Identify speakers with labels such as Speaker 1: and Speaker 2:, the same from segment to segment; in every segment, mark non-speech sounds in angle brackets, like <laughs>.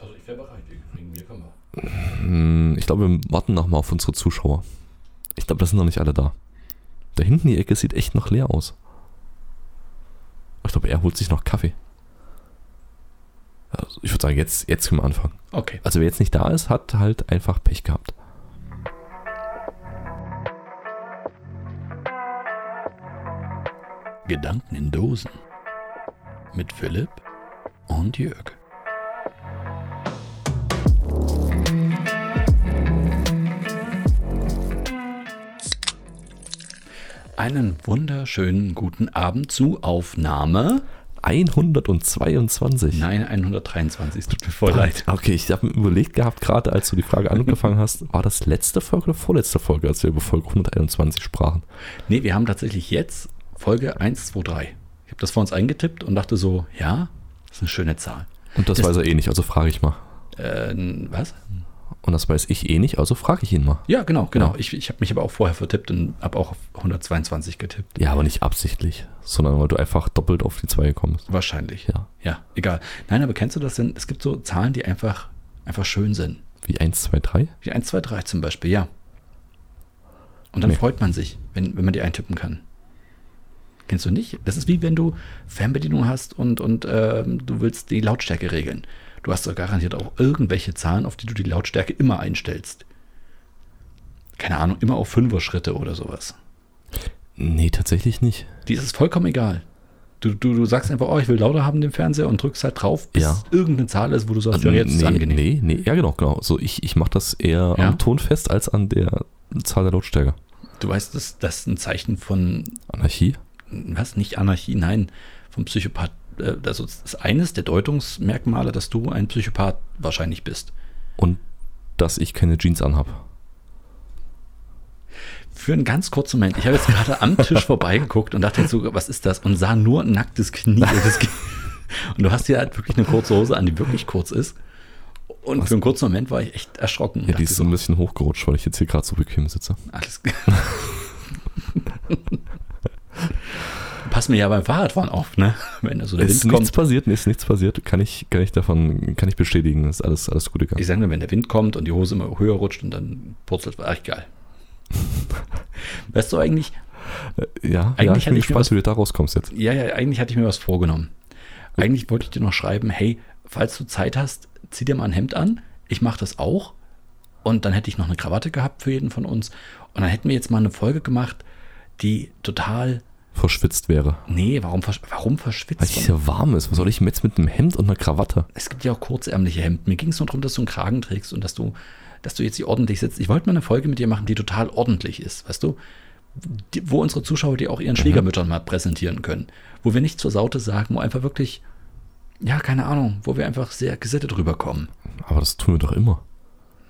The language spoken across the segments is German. Speaker 1: Also wäre bereit. Wegen mir können wir.
Speaker 2: Hm, Ich glaube, wir warten nochmal auf unsere Zuschauer. Ich glaube, das sind noch nicht alle da. Da hinten die Ecke sieht echt noch leer aus. Ich glaube, er holt sich noch Kaffee. Also ich würde sagen, jetzt, jetzt können wir anfangen.
Speaker 1: Okay.
Speaker 2: Also wer jetzt nicht da ist, hat halt einfach Pech gehabt.
Speaker 1: Gedanken in Dosen. Mit Philipp und Jörg. Einen wunderschönen guten Abend zu Aufnahme.
Speaker 2: 122.
Speaker 1: Nein, 123. Es tut mir voll leid.
Speaker 2: Ah, Okay, ich habe mir überlegt gehabt, gerade als du die Frage angefangen hast, war das letzte Folge oder vorletzte Folge, als wir über Folge 121 sprachen?
Speaker 1: Nee, wir haben tatsächlich jetzt Folge 1, 2, 3. Ich habe das vor uns eingetippt und dachte so, ja, das ist eine schöne Zahl.
Speaker 2: Und das,
Speaker 1: Das-
Speaker 2: weiß er eh nicht, also frage ich mal.
Speaker 1: Äh, was?
Speaker 2: Und das weiß ich eh nicht, also frage ich ihn mal.
Speaker 1: Ja, genau, genau. Ich, ich habe mich aber auch vorher vertippt und habe auch auf 122 getippt.
Speaker 2: Ja, aber nicht absichtlich, sondern weil du einfach doppelt auf die 2 gekommen bist.
Speaker 1: Wahrscheinlich.
Speaker 2: Ja,
Speaker 1: Ja, egal. Nein, aber kennst du das denn? Es gibt so Zahlen, die einfach, einfach schön sind.
Speaker 2: wie 1, 2, 3?
Speaker 1: Wie 1, 2, 3 zum Beispiel, ja. Und dann
Speaker 2: Nee.
Speaker 1: freut man sich, wenn, wenn man die eintippen kann. Kennst du nicht? Das ist wie wenn du Fernbedienung hast und, und ähm, du willst die Lautstärke regeln. Du hast doch garantiert auch irgendwelche Zahlen, auf die du die Lautstärke immer einstellst. Keine Ahnung, immer auf Fünfer-Schritte oder sowas.
Speaker 2: Nee, tatsächlich nicht.
Speaker 1: Die ist es vollkommen egal. Du, du, du sagst einfach, oh, ich will lauter haben den Fernseher und drückst halt drauf, bis
Speaker 2: Ja. Also
Speaker 1: irgendeine Zahl ist, wo du sagst, ja, jetzt ist es
Speaker 2: Äh, nee,
Speaker 1: angenehm.
Speaker 2: nee, nee, ja genau, genau. So, ich, ich mache das eher
Speaker 1: Ja?
Speaker 2: am Ton fest als an der Zahl der Lautstärke.
Speaker 1: Du weißt, das, das ist ein Zeichen von,
Speaker 2: Anarchie?
Speaker 1: was, nicht Anarchie, nein, vom Psychopath. äh, Also das ist eines der Deutungsmerkmale, dass du ein Psychopath wahrscheinlich bist.
Speaker 2: Und dass ich keine Jeans anhab.
Speaker 1: Für einen ganz kurzen Moment. Ich habe jetzt gerade am Tisch <laughs> vorbeigeguckt und dachte jetzt so, was ist das? Und sah nur ein nacktes
Speaker 2: <laughs>
Speaker 1: Knie. Und, das ging- und du hast hier halt wirklich eine kurze Hose an, die wirklich kurz ist. Und für einen kurzen Moment war ich echt erschrocken. und
Speaker 2: Ja,
Speaker 1: dachte
Speaker 2: die ist
Speaker 1: so,
Speaker 2: so ein bisschen hochgerutscht, weil ich jetzt hier gerade so bequem sitze.
Speaker 1: Alles <laughs> g- Pass mir ja beim Fahrradfahren auf, ne? Wenn da so der
Speaker 2: ist
Speaker 1: Wind kommt.
Speaker 2: nichts passiert, nee, ist nichts passiert. Kann ich, kann ich davon, kann ich bestätigen. Ist alles, alles gut gegangen.
Speaker 1: Ich sage nur, wenn der Wind kommt und die Hose immer höher rutscht und dann purzelt, war echt geil. weißt du eigentlich,
Speaker 2: Ja, ja,
Speaker 1: eigentlich
Speaker 2: ich bin
Speaker 1: hatte ich mir
Speaker 2: gespannt, wie du da rauskommst jetzt.
Speaker 1: ja, ja, eigentlich hatte ich mir was vorgenommen. Eigentlich wollte ich dir noch schreiben, hey, falls du Zeit hast, zieh dir mal ein Hemd an. Ich mache das auch. Und dann hätte ich noch eine Krawatte gehabt für jeden von uns. Und dann hätten wir jetzt mal eine Folge gemacht, die total,
Speaker 2: Verschwitzt wäre.
Speaker 1: nee, warum, versch- warum verschwitzt
Speaker 2: Weil es hier warm ist. Was soll ich denn jetzt mit einem Hemd und einer Krawatte?
Speaker 1: es gibt ja auch kurzärmliche Hemden. Mir ging es nur darum, dass du einen Kragen trägst und dass du, dass du jetzt hier ordentlich sitzt. Ich wollte mal eine Folge mit dir machen, die total ordentlich ist, weißt du? Die, wo unsere Zuschauer dir auch ihren Schwiegermüttern mal präsentieren können. Wo wir nichts zur Saute sagen, wo einfach wirklich, ja, keine Ahnung, wo wir einfach sehr gesittet rüberkommen.
Speaker 2: Aber das tun wir doch immer.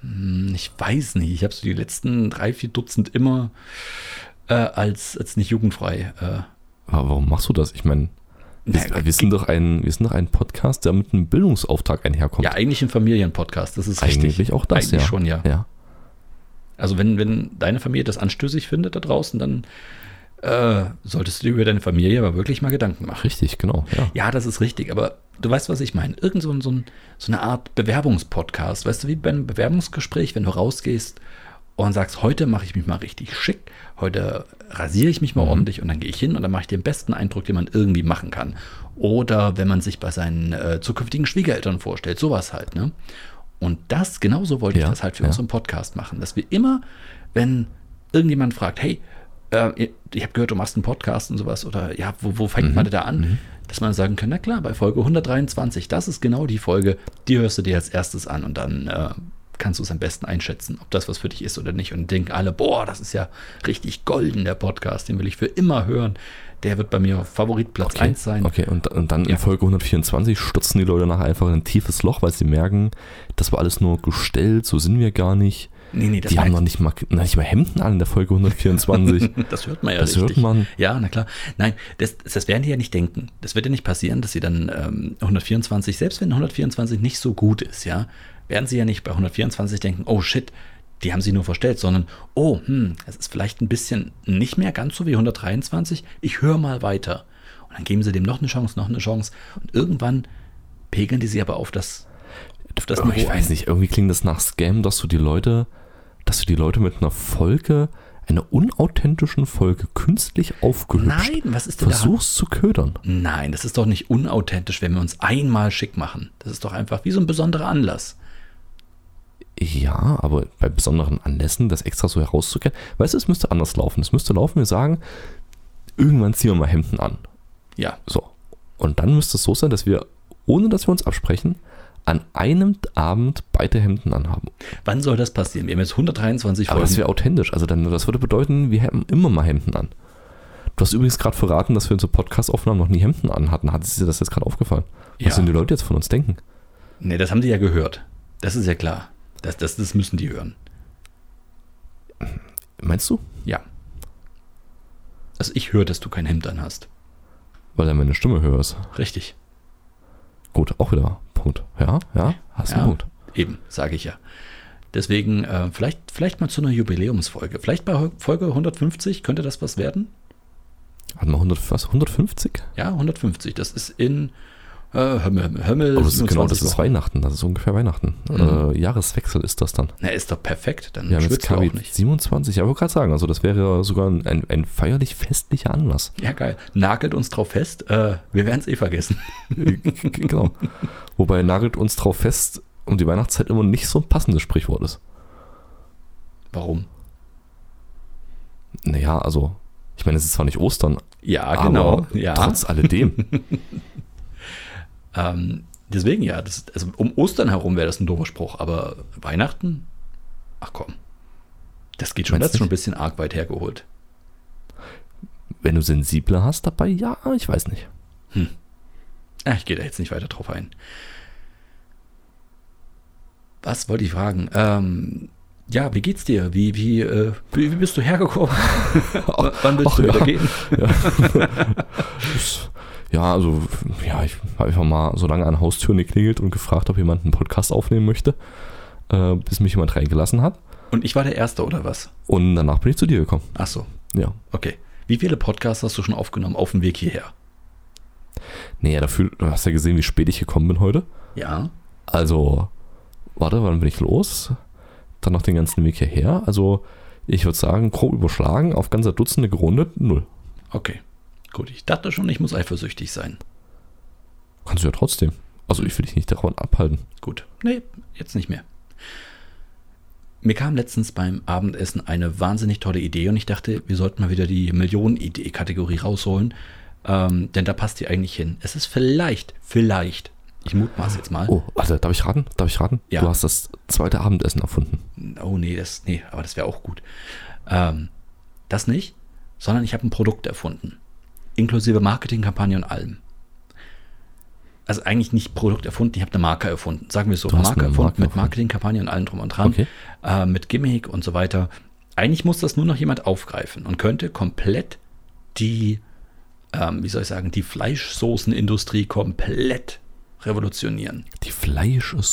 Speaker 1: Hm, Ich weiß nicht, ich habe so die letzten drei, vier Dutzend immer äh, als, als nicht jugendfrei. Äh,
Speaker 2: Aber warum machst du das? Ich meine, wir,
Speaker 1: Naja,
Speaker 2: wir, sind doch ein, wir sind doch ein Podcast, der mit einem Bildungsauftrag einherkommt.
Speaker 1: ja, eigentlich ein Familienpodcast, das ist
Speaker 2: eigentlich
Speaker 1: richtig.
Speaker 2: auch das,
Speaker 1: Eigentlich
Speaker 2: ja.
Speaker 1: schon, ja.
Speaker 2: ja.
Speaker 1: Also wenn, wenn deine Familie das anstößig findet da draußen, dann äh, solltest du dir über deine Familie aber wirklich mal Gedanken machen.
Speaker 2: Richtig, genau. Ja.
Speaker 1: Ja, das ist richtig, aber du weißt, was ich meine. Irgend so, ein- so, ein, so eine Art Bewerbungspodcast. Weißt du, wie beim Bewerbungsgespräch, wenn du rausgehst und sagst, heute mache ich mich mal richtig schick, heute rasiere ich mich
Speaker 2: Mhm.
Speaker 1: mal ordentlich und dann gehe ich hin und dann mache ich den besten Eindruck, den man irgendwie machen kann. Oder wenn man sich bei seinen äh, zukünftigen Schwiegereltern vorstellt, sowas halt, ne? Und das, genauso wollte ich
Speaker 2: Ja,
Speaker 1: das halt für
Speaker 2: ja.
Speaker 1: unseren Podcast machen, dass wir immer, wenn irgendjemand fragt, hey, äh, ihr- ich habe gehört, du machst einen Podcast und sowas, oder ja, wo, wo
Speaker 2: Mhm.
Speaker 1: fängt man denn da an? Dass man sagen kann, na klar, bei Folge 123, das ist genau die Folge, die hörst du dir als erstes an und dann äh, kannst du es am besten einschätzen, ob das was für dich ist oder nicht. Und denken alle, boah, das ist ja richtig golden, der Podcast, den will ich für immer hören. Der wird bei mir auf Favorit Platz
Speaker 2: Okay.
Speaker 1: 1 sein.
Speaker 2: Okay, und, und dann
Speaker 1: Ja.
Speaker 2: in Folge 124 stürzen die Leute nachher einfach in ein tiefes Loch, weil sie merken, das war alles nur gestellt, so sind wir gar nicht.
Speaker 1: Nee, nee, das
Speaker 2: die
Speaker 1: war
Speaker 2: haben
Speaker 1: jetzt-
Speaker 2: noch nicht mal, noch nicht mal Hemden an in der Folge 124.
Speaker 1: <laughs> Das hört man ja
Speaker 2: Das hört
Speaker 1: richtig.
Speaker 2: man.
Speaker 1: Ja, na klar. Nein, das, das werden die ja nicht denken. Das wird ja nicht passieren, dass sie dann ähm, 124, selbst wenn 124 nicht so gut ist, ja, werden sie ja nicht bei 124 denken, oh shit, die haben sie nur verstellt, sondern, oh, hm, es ist vielleicht ein bisschen nicht mehr ganz so wie 123, ich höre mal weiter. Und dann geben sie dem noch eine Chance, noch eine Chance. Und irgendwann pegeln die sie aber auf das auf das
Speaker 2: Aber Oh, ich
Speaker 1: Niveau
Speaker 2: weiß nicht, irgendwie klingt das nach Scam, dass du die Leute, dass du die Leute mit einer Folge, einer unauthentischen Folge künstlich aufgehübscht
Speaker 1: Nein, was ist denn
Speaker 2: versuchst zu ködern.
Speaker 1: da? Nein, das ist doch nicht unauthentisch, wenn wir uns einmal schick machen. Das ist doch einfach wie so ein besonderer Anlass.
Speaker 2: Ja, aber bei besonderen Anlässen das extra so herauszukriegen. Weißt du, es müsste anders laufen. Es müsste laufen, wir sagen, irgendwann ziehen wir mal Hemden an.
Speaker 1: Ja,
Speaker 2: So. Und dann müsste es so sein, dass wir, ohne dass wir uns absprechen, an einem Abend beide Hemden anhaben.
Speaker 1: wann soll das passieren? Wir haben jetzt 123
Speaker 2: Aber
Speaker 1: Folgen.
Speaker 2: das wäre authentisch. Also dann, das würde bedeuten, wir haben immer mal Hemden an. Du hast übrigens gerade verraten, dass wir unsere Podcast-Aufnahmen noch nie Hemden an hatten. Hat dir das jetzt gerade aufgefallen?
Speaker 1: Ja.
Speaker 2: Was denn die Leute jetzt von uns denken?
Speaker 1: nee, das haben die ja gehört. Das ist ja klar. Das, das, das müssen die hören.
Speaker 2: Meinst du?
Speaker 1: Ja. Also ich höre, dass du kein Hemd an hast.
Speaker 2: Weil dann meine Stimme höher ist.
Speaker 1: Richtig.
Speaker 2: Gut, auch wieder. Punkt. Ja, ja, hast
Speaker 1: Ja.
Speaker 2: einen Punkt.
Speaker 1: Eben, sage ich ja. Deswegen, äh, vielleicht, vielleicht mal zu einer Jubiläumsfolge. Vielleicht bei Hol- Folge 150 könnte das was werden.
Speaker 2: Hatten wir 100, was, 150?
Speaker 1: Ja, 150. Das ist in äh, Hömmel. Hömmel
Speaker 2: Aber das ist, genau, das
Speaker 1: 27
Speaker 2: ist
Speaker 1: Wochen.
Speaker 2: Weihnachten. Das ist ungefähr Weihnachten.
Speaker 1: Mhm.
Speaker 2: Äh, Jahreswechsel ist das dann.
Speaker 1: Na, ist doch perfekt. Dann
Speaker 2: Wir haben jetzt
Speaker 1: schwitzt du auch
Speaker 2: KW
Speaker 1: nicht.
Speaker 2: 27. Ja, wollte gerade sagen, also das wäre sogar ein, ein, ein feierlich festlicher
Speaker 1: <laughs>
Speaker 2: Anlass.
Speaker 1: Ja, geil. Nagelt uns drauf fest. Äh, wir werden es eh vergessen.
Speaker 2: genau. Wobei nagelt uns drauf fest, um die Weihnachtszeit immer nicht so ein passendes Sprichwort ist.
Speaker 1: Warum?
Speaker 2: Naja, also, ich meine, es ist zwar nicht Ostern,
Speaker 1: Ja, genau.
Speaker 2: aber
Speaker 1: Ja.
Speaker 2: trotz alledem.
Speaker 1: <laughs> Ähm, deswegen ja. Das, also um Ostern herum wäre das ein doofer Spruch. Aber Weihnachten? Ach komm. Das geht schon,
Speaker 2: Meinst
Speaker 1: das ist schon ein
Speaker 2: nicht?
Speaker 1: bisschen arg weit hergeholt.
Speaker 2: Wenn du sensibler hast dabei, ja, ich weiß nicht.
Speaker 1: Ah, ich gehe da jetzt nicht weiter drauf ein. Was wollte ich fragen? Ähm, ja, wie geht's dir? Wie, wie, äh, wie, wie bist du
Speaker 2: <laughs>
Speaker 1: hergekommen? W- Wann willst
Speaker 2: ach
Speaker 1: du wieder
Speaker 2: ja.
Speaker 1: gehen?
Speaker 2: Ja, also, ja, ich habe einfach mal so lange an Haustüren geklingelt und gefragt, ob jemand einen Podcast aufnehmen möchte, äh, bis mich jemand reingelassen hat.
Speaker 1: Und ich war der Erste, oder was?
Speaker 2: Und danach bin ich zu dir gekommen.
Speaker 1: Ach so,
Speaker 2: Ja.
Speaker 1: okay. Wie viele Podcasts hast du schon aufgenommen auf dem Weg hierher?
Speaker 2: Nee, dafür, du hast ja gesehen, wie spät ich gekommen bin heute.
Speaker 1: Ja.
Speaker 2: Also, warte, wann bin ich los? Dann noch den ganzen Weg hierher. Also, ich würde sagen, grob überschlagen, auf ganzer Dutzende gerundet, null.
Speaker 1: Okay. Gut, ich dachte schon, ich muss eifersüchtig sein.
Speaker 2: Kannst du ja trotzdem. Also, ich will dich nicht davon abhalten.
Speaker 1: Gut. Nee, jetzt nicht mehr. Mir kam letztens beim Abendessen eine wahnsinnig tolle Idee und ich dachte, wir sollten mal wieder die Millionen-Idee-Kategorie rausholen, ähm, denn da passt die eigentlich hin. Es ist vielleicht, vielleicht, ich mutmaß jetzt mal. Oh,
Speaker 2: Oh, warte, darf ich raten? Darf ich raten?
Speaker 1: Ja.
Speaker 2: Du hast das zweite Abendessen erfunden.
Speaker 1: Oh, nee, das, nee, aber das wäre auch gut. Ähm, das nicht, sondern ich habe ein Produkt erfunden, inklusive Marketingkampagne und allem. Also eigentlich nicht Produkt erfunden, ich habe eine Marke erfunden. Sagen wir es so,
Speaker 2: Du hast
Speaker 1: Marke
Speaker 2: eine
Speaker 1: erfunden
Speaker 2: Marke
Speaker 1: mit
Speaker 2: erfunden.
Speaker 1: Marketingkampagne und allem drum und dran,
Speaker 2: Okay.
Speaker 1: äh, mit Gimmick und so weiter. Eigentlich muss das nur noch jemand aufgreifen und könnte komplett die, ähm, wie soll ich sagen, die Fleischsoßenindustrie komplett revolutionieren.
Speaker 2: Die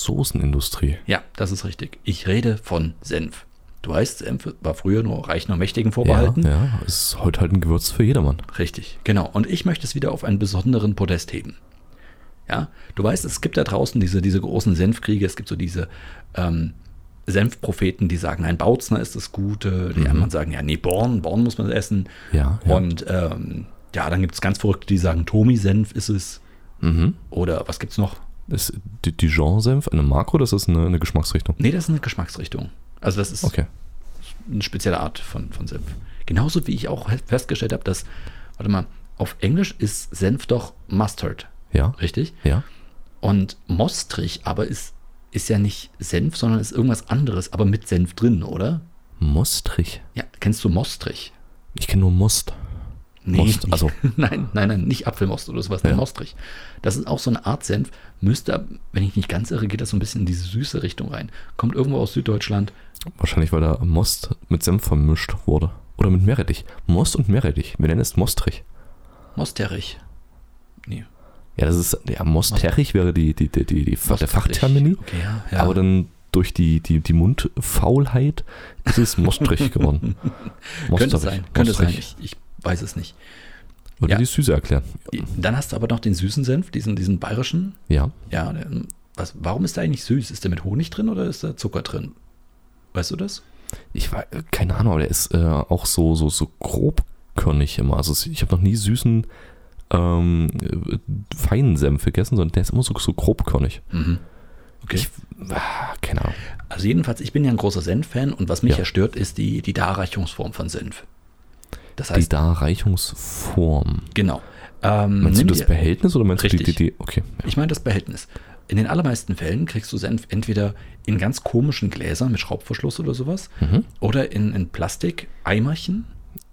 Speaker 2: Fleischsoßenindustrie.
Speaker 1: Ja, das ist richtig. Ich rede von Senf. Du weißt, Senf war früher nur reichen und mächtigen vorbehalten.
Speaker 2: ja, ist heute halt ein Gewürz für jedermann.
Speaker 1: Richtig, genau. Und ich möchte es wieder auf einen besonderen Podest heben. Ja, du weißt, es gibt da draußen diese, diese großen Senfkriege, es gibt so diese ähm, Senfpropheten, die sagen, nein, Bautzner ist das Gute, die anderen sagen, ja, nee, Born, Born muss man essen.
Speaker 2: Ja, Mhm. ja.
Speaker 1: Und ähm, ja, dann gibt es ganz Verrückte, die sagen, Tomi-Senf ist es.
Speaker 2: Mhm.
Speaker 1: Oder was gibt's noch?
Speaker 2: Ist Di- Dijon-Senf eine Makro? Das ist eine, eine Geschmacksrichtung.
Speaker 1: Nee, das ist eine Geschmacksrichtung. Also das ist
Speaker 2: Okay.
Speaker 1: eine spezielle Art von, von Senf. Genauso wie ich auch festgestellt habe, dass, warte mal, auf Englisch ist Senf doch Mustard,
Speaker 2: Ja.
Speaker 1: richtig?
Speaker 2: Ja.
Speaker 1: Und mostrig aber ist, ist ja nicht Senf, sondern ist irgendwas anderes, aber mit Senf drin, oder?
Speaker 2: Mostrig.
Speaker 1: Ja, kennst du mostrig?
Speaker 2: Ich kenne nur Most.
Speaker 1: Nee,
Speaker 2: Most,
Speaker 1: nicht-
Speaker 2: also-
Speaker 1: <laughs> nein, nein, nein, nicht Apfelmost oder sowas, ja.
Speaker 2: Ja.
Speaker 1: mostrig. Das ist auch so eine Art Senf, müsste, wenn ich nicht ganz irre, geht das so ein bisschen in diese süße Richtung rein. Kommt irgendwo aus Süddeutschland.
Speaker 2: Wahrscheinlich, weil da Most mit Senf vermischt wurde. Oder mit Meerrettich. Most und Meerrettich. Wir nennen es Mostrich.
Speaker 1: Mosterich. Nee,
Speaker 2: Ja, das ist, ja, Mosterich wäre die, die, die, die, die, der
Speaker 1: Mosterich.
Speaker 2: Fachtermini.
Speaker 1: Okay, ja, ja.
Speaker 2: Aber dann durch die, die, die Mundfaulheit ist es Mostrich geworden.
Speaker 1: <laughs> Könnte
Speaker 2: Mosterich,
Speaker 1: sein, könnte sein.
Speaker 2: Mostrich.
Speaker 1: Ich, ich weiß es nicht.
Speaker 2: Würde
Speaker 1: Ja.
Speaker 2: die Süße erklären.
Speaker 1: Dann hast du aber noch den süßen Senf, diesen, diesen bayerischen.
Speaker 2: Ja.
Speaker 1: Ja, den- Was, warum ist der eigentlich süß? Ist der mit Honig drin oder ist da Zucker drin? Weißt du das?
Speaker 2: Ich war, keine Ahnung, aber der ist äh, auch so, so, so grobkörnig immer. Also es- ich habe noch nie süßen, ähm, äh, feinen Senf gegessen, sondern der ist immer so, so grobkörnig.
Speaker 1: Mhm. Okay.
Speaker 2: Ich, ah, keine Ahnung.
Speaker 1: Also jedenfalls, ich bin ja ein großer Senf-Fan und was mich ja,
Speaker 2: Ja.
Speaker 1: stört, ist die, die Darreichungsform von Senf. Das
Speaker 2: Die
Speaker 1: heißt,
Speaker 2: Darreichungsform.
Speaker 1: genau. Ähm,
Speaker 2: Meinst
Speaker 1: nimm
Speaker 2: du das
Speaker 1: dir-
Speaker 2: Behältnis oder meinst du
Speaker 1: Richtig.
Speaker 2: die, die, die okay. Ja.
Speaker 1: Ich meine das Behältnis. In den allermeisten Fällen kriegst du Senf entweder in ganz komischen Gläsern mit Schraubverschluss oder sowas
Speaker 2: Mhm.
Speaker 1: oder in, in Plastik-Eimerchen.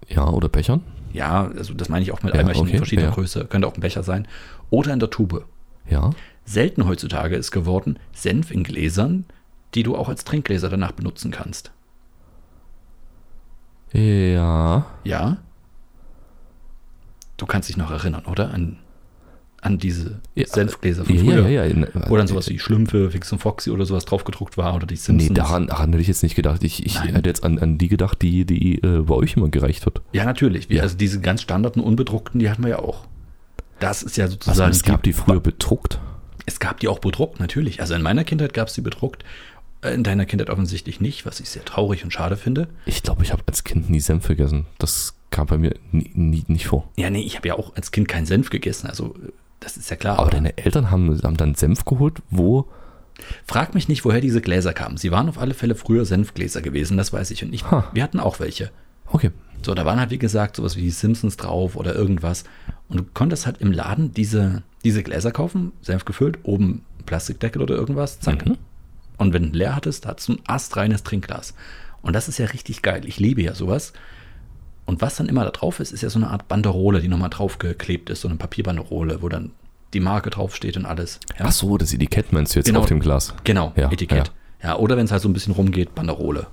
Speaker 2: ja, oder Bechern?
Speaker 1: Ja, also das meine ich auch mit
Speaker 2: Ja,
Speaker 1: Eimerchen in
Speaker 2: okay,
Speaker 1: verschiedener
Speaker 2: ja.
Speaker 1: Größe. Könnte auch ein Becher sein. Oder in der Tube.
Speaker 2: Ja.
Speaker 1: Selten heutzutage ist geworden Senf in Gläsern, die du auch als Trinkgläser danach benutzen kannst.
Speaker 2: Ja.
Speaker 1: Ja? Du kannst dich noch erinnern, oder? An, an diese
Speaker 2: Ja,
Speaker 1: Senfgläser von
Speaker 2: Ja,
Speaker 1: früher.
Speaker 2: ja, ja, ja.
Speaker 1: Oder an sowas wie Schlümpfe, Fix und Foxy oder sowas draufgedruckt war oder die
Speaker 2: Nee,
Speaker 1: Simpsons.
Speaker 2: daran, daran hätte ich jetzt nicht gedacht. Ich, ich
Speaker 1: Nein.
Speaker 2: hätte jetzt an, an die gedacht, die, die äh, bei euch immer gereicht wird.
Speaker 1: Ja, natürlich. Wir,
Speaker 2: Ja.
Speaker 1: Also diese ganz standarden unbedruckten, die hatten wir ja auch. Das ist ja sozusagen.
Speaker 2: Also, es gab die früher bedruckt.
Speaker 1: es gab die auch bedruckt, natürlich. Also in meiner Kindheit gab es die bedruckt. äh, In deiner Kindheit offensichtlich nicht, was ich sehr traurig und schade finde.
Speaker 2: Ich glaube, ich habe als Kind nie Senf gegessen. Das kam bei mir nie, nie, nicht vor.
Speaker 1: Ja, nee, ich habe ja auch als Kind keinen Senf gegessen. Also äh, das ist ja klar.
Speaker 2: Aber deine Eltern haben, haben dann Senf geholt, wo.
Speaker 1: Frag mich nicht, woher diese Gläser kamen. Sie waren auf alle Fälle früher Senfgläser gewesen, das weiß ich. Und ich,
Speaker 2: Ha.
Speaker 1: wir hatten auch welche.
Speaker 2: Okay.
Speaker 1: So, da waren halt, wie gesagt, sowas wie die Simpsons drauf oder irgendwas. Und du konntest halt im Laden diese, diese Gläser kaufen, Senf gefüllt, oben ein Plastikdeckel oder irgendwas, zack.
Speaker 2: Mhm.
Speaker 1: Und wenn du leer hattest, hattest du ein astreines Trinkglas. Und das ist ja richtig geil. Ich liebe ja sowas. Und was dann immer da drauf ist, ist ja so eine Art Banderole, die nochmal draufgeklebt ist, so eine Papierbanderole, wo dann die Marke draufsteht und alles. Ja.
Speaker 2: Ach so, das Etikett meinst du jetzt
Speaker 1: Genau.
Speaker 2: auf dem Glas?
Speaker 1: Genau,
Speaker 2: Ja,
Speaker 1: Etikett. Ja, oder wenn es halt so ein bisschen rumgeht, Banderole.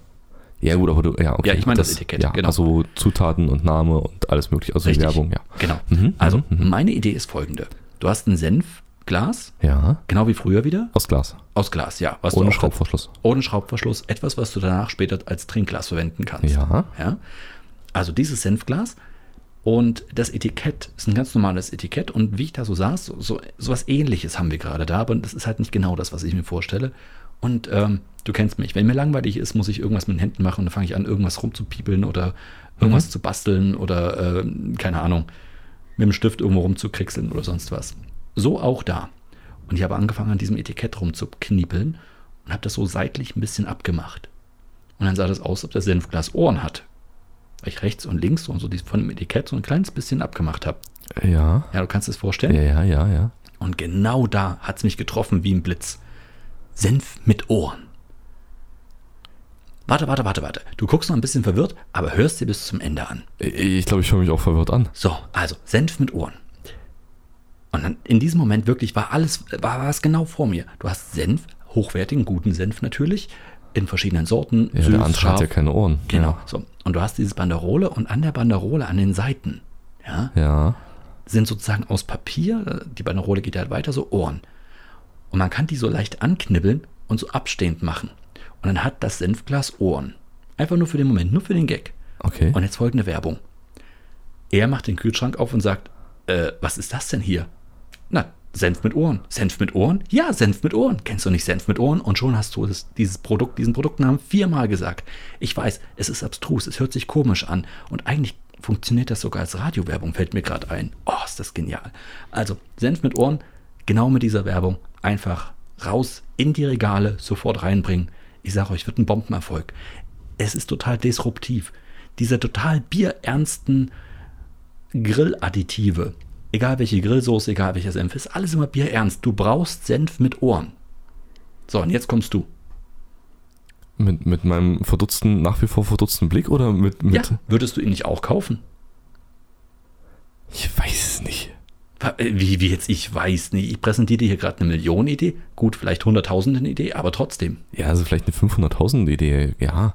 Speaker 2: Ja, gut, aber du. Ja, okay.
Speaker 1: Ja, ich meine das Etikett,
Speaker 2: Ja,
Speaker 1: genau.
Speaker 2: Also Zutaten und Name und alles Mögliche. Also
Speaker 1: Richtig.
Speaker 2: Werbung, ja.
Speaker 1: Genau.
Speaker 2: Mhm,
Speaker 1: Also,
Speaker 2: mhm,
Speaker 1: meine Idee ist folgende. Du hast ein Senfglas,
Speaker 2: Ja.
Speaker 1: genau wie früher wieder,
Speaker 2: Aus Glas.
Speaker 1: aus Glas, ja. Was du
Speaker 2: Ohne
Speaker 1: auch-
Speaker 2: Schraubverschluss.
Speaker 1: Ohne Schraubverschluss, etwas, was du danach später als Trinkglas verwenden kannst.
Speaker 2: Ja.
Speaker 1: ja? Also dieses Senfglas und das Etikett ist ein ganz normales Etikett und wie ich da so saß, so, so, so was ähnliches haben wir gerade da, aber das ist halt nicht genau das, was ich mir vorstelle. Und ähm, du kennst mich, wenn mir langweilig ist, muss ich irgendwas mit den Händen machen und dann fange ich an, irgendwas rumzupiepeln oder irgendwas zu basteln oder ähm, keine Ahnung, mit dem Stift irgendwo rumzukrickseln oder sonst was. So auch da. Und ich habe angefangen, an diesem Etikett rumzukniepeln und habe das so seitlich ein bisschen abgemacht. Und dann sah das aus, als ob das Senfglas Ohren hat. Weil ich rechts und links und so die- von dem Etikett so ein kleines bisschen abgemacht habe.
Speaker 2: Ja.
Speaker 1: Ja, du kannst es
Speaker 2: Ja,
Speaker 1: vorstellen.
Speaker 2: ja, ja, ja.
Speaker 1: Und genau da hat es mich getroffen wie ein Blitz. Senf mit Ohren. Warte, warte, warte, warte. Du guckst noch ein bisschen verwirrt, aber hörst dir bis zum Ende an.
Speaker 2: Ich glaube, ich höre mich auch verwirrt an.
Speaker 1: So, also Senf mit Ohren. Und dann in diesem Moment wirklich war alles, war, war es genau vor mir. Du hast Senf, hochwertigen, guten Senf natürlich, in verschiedenen Sorten.
Speaker 2: Ja, der andere hat ja keine Ohren.
Speaker 1: Genau. So. Und du hast diese Banderole und an der Banderole, an den Seiten, ja,
Speaker 2: Ja. ja.
Speaker 1: sind sozusagen aus Papier, äh, die Banderole geht halt weiter, so Ohren. Und man kann die so leicht anknibbeln und so abstehend machen. Und dann hat das Senfglas Ohren. Einfach nur für den Moment, nur für den Gag.
Speaker 2: Okay.
Speaker 1: Und jetzt folgende Werbung. Er macht den Kühlschrank auf und sagt, äh, was ist das denn hier? Na, Senf mit Ohren. Senf mit Ohren? Ja, Senf mit Ohren. Kennst du nicht Senf mit Ohren? Und schon hast du das, dieses Produkt, diesen Produktnamen viermal gesagt. Ich weiß, es ist abstrus, es hört sich komisch an. Und eigentlich funktioniert das sogar als Radiowerbung, fällt mir gerade ein. Oh, ist das genial. Also, Senf mit Ohren, genau mit dieser Werbung. Einfach raus in die Regale, sofort reinbringen. Ich sage euch, wird ein Bombenerfolg. Es ist total disruptiv. Diese total bierernsten Grilladditive, egal welche Grillsoße, egal welcher Senf, ist alles immer bierernst. Du brauchst Senf mit Ohren. So, und jetzt kommst du.
Speaker 2: Mit, mit meinem verdutzten, nach wie vor verdutzten Blick oder mit.
Speaker 1: Ja,
Speaker 2: mit
Speaker 1: würdest du ihn nicht auch kaufen?
Speaker 2: Ich weiß es nicht.
Speaker 1: Wa- äh, Wie, wie jetzt? Ich weiß nicht. Ich präsentiere dir hier gerade eine Millionen-Idee. Gut, vielleicht Hunderttausenden-Idee, aber trotzdem.
Speaker 2: Ja, also vielleicht eine 500.000 Idee. Ja.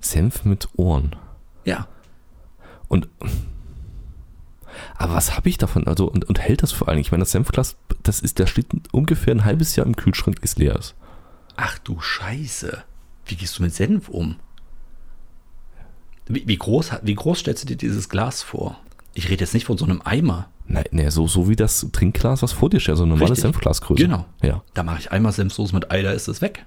Speaker 2: Senf mit Ohren.
Speaker 1: Ja.
Speaker 2: Und. Aber was habe ich davon? Also, und, und hält das vor allem? Ich meine, das Senfglas, das ist, da steht ungefähr ein halbes Jahr im Kühlschrank, ist leer ist.
Speaker 1: Ach du Scheiße. Wie gehst du mit Senf um? Wie, wie, groß, hat- wie groß stellst du dir dieses Glas vor? Ich rede jetzt nicht von so einem Eimer.
Speaker 2: Nein, nee, so, so wie das Trinkglas, was vor dir steht, so ein normales
Speaker 1: Richtig.
Speaker 2: Senfglasgröße.
Speaker 1: Genau.
Speaker 2: Ja.
Speaker 1: Da mache ich einmal Senfsoße mit Ei, da ist es weg.